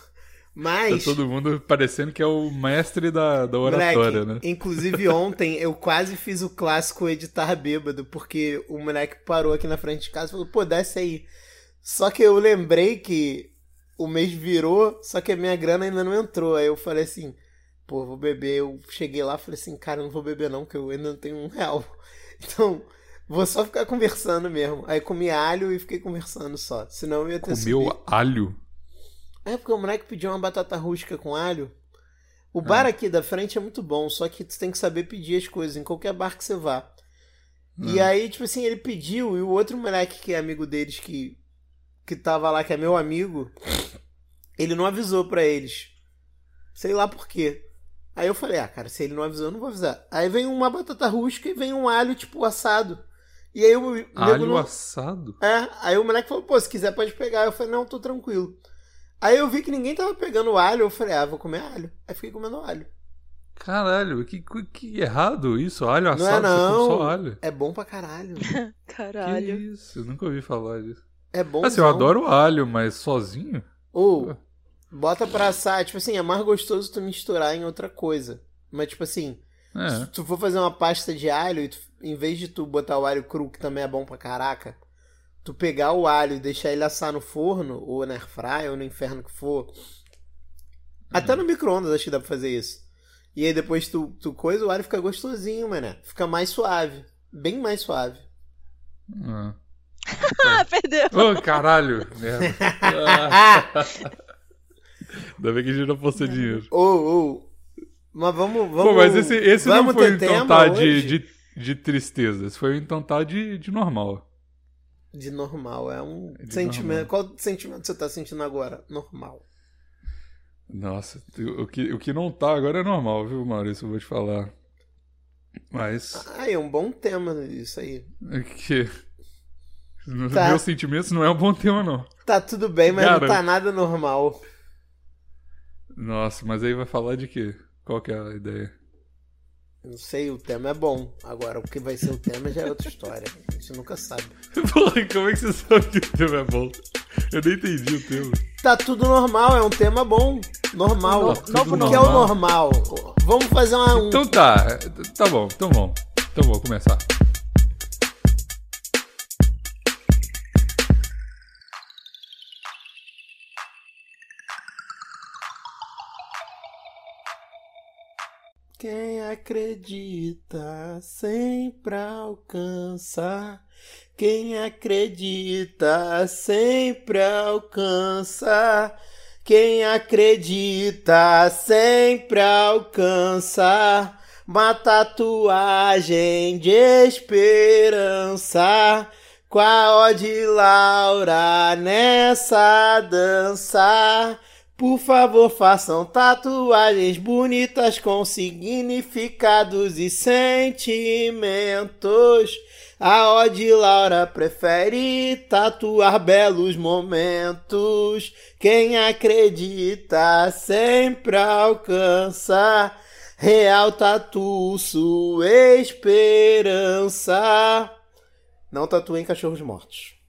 Speaker 2: Mas.
Speaker 1: todo mundo parecendo que é o mestre da, da oratória, né?
Speaker 2: Moleque, é inclusive ontem eu quase fiz o clássico editar bêbado, porque o moleque parou aqui na frente de casa e falou, pô, desce aí. Só que eu lembrei que o mês virou, só que a minha grana ainda não entrou. Aí eu falei assim, pô, vou beber. Eu cheguei lá e falei assim, cara, eu não vou beber não, que eu ainda não tenho um real. Então, vou só ficar conversando mesmo. Aí comi alho e fiquei conversando só. Senão eu ia ter subido.
Speaker 1: Comeu alho.
Speaker 2: É porque o moleque pediu uma batata rústica com alho.
Speaker 1: Ah.
Speaker 2: O bar aqui da frente é muito bom, só que tu tem que saber pedir as coisas em qualquer bar que você vá. E
Speaker 1: Ah.
Speaker 2: aí, tipo assim, ele pediu e o outro moleque que é amigo deles que que tava lá que é meu amigo, ele não avisou pra eles. Sei lá por quê. Aí eu falei: "Ah, cara, se ele não avisou, eu não vou avisar". Aí vem uma batata rústica e vem um alho tipo assado. E aí o nego
Speaker 1: Alho
Speaker 2: não-
Speaker 1: assado?
Speaker 2: é, aí o moleque falou, pô, se quiser pode pegar. Eu falei, não, tô tranquilo. Aí eu vi que ninguém tava pegando alho, eu falei, ah, vou comer alho. Aí fiquei comendo alho.
Speaker 1: Caralho, que, que- que errado isso. Alho
Speaker 2: Não é
Speaker 1: assado,
Speaker 2: não.
Speaker 1: você come só alho.
Speaker 2: É bom pra caralho.
Speaker 3: Caralho.
Speaker 1: Que isso, eu nunca ouvi falar disso.
Speaker 2: É bom.
Speaker 1: Assim, eu adoro alho, mas sozinho?
Speaker 2: Ou, bota pra assar, tipo assim, é mais gostoso tu misturar em outra coisa. Mas, tipo assim, se
Speaker 1: É.
Speaker 2: tu for fazer uma pasta de alho, e tu- em vez de tu botar o alho cru, que também é bom pra caraca, tu pegar o alho e deixar ele assar no forno, ou na airfryer, ou no inferno que for.
Speaker 1: Uhum.
Speaker 2: Até no micro-ondas acho que dá pra fazer isso. E aí depois tu, tu coisa, o alho fica gostosinho, mané. Fica mais suave. Bem mais suave.
Speaker 1: Ah.
Speaker 3: Ah, perdeu.
Speaker 1: Ô, caralho! Merda. Ah. Ainda bem que a gente não postou dinheiro.
Speaker 2: Ou, ou. Mas vamos. vamos
Speaker 1: Pô, mas esse, esse não
Speaker 2: vamos
Speaker 1: foi
Speaker 2: ter
Speaker 1: um então
Speaker 2: tema
Speaker 1: tá de,
Speaker 2: hoje?
Speaker 1: de, de tristeza. Esse foi um então tá de, de normal.
Speaker 2: De normal, é um
Speaker 1: De
Speaker 2: sentimento. Qual sentimento você tá sentindo agora? Normal.
Speaker 1: Nossa, o que, o que não tá agora é normal, viu, Maurício? Eu vou te falar. Mas.
Speaker 2: Ah, é um bom tema isso aí.
Speaker 1: é Que...
Speaker 2: Tá.
Speaker 1: Meus sentimentos não é um bom tema, não.
Speaker 2: Tá tudo bem, mas
Speaker 1: Cara,
Speaker 2: não tá nada normal.
Speaker 1: Nossa, mas aí vai falar de quê? Qual que é a ideia?
Speaker 2: Não sei, o tema é bom. Agora, o que vai ser o tema já é outra história. A gente nunca sabe.
Speaker 1: Porra, como é que você sabe que o tema é bom? Eu nem entendi o tema.
Speaker 2: Tá tudo normal, é um tema bom. Normal.
Speaker 1: Tá tudo
Speaker 2: Não, porque é o
Speaker 1: normal.
Speaker 2: normal. Vamos fazer uma. um-
Speaker 1: Então tá, tá bom, então bom. Então vou começar.
Speaker 2: Quem acredita sempre alcança. Quem acredita sempre alcança. Quem acredita sempre alcança. Uma tatuagem de esperança. Com a O de Laura nessa dança. Por favor, façam tatuagens bonitas com significados e sentimentos. A O de Laura prefere tatuar belos momentos. Quem acredita sempre alcança. Real tatu sua esperança. Não tatuem cachorros mortos.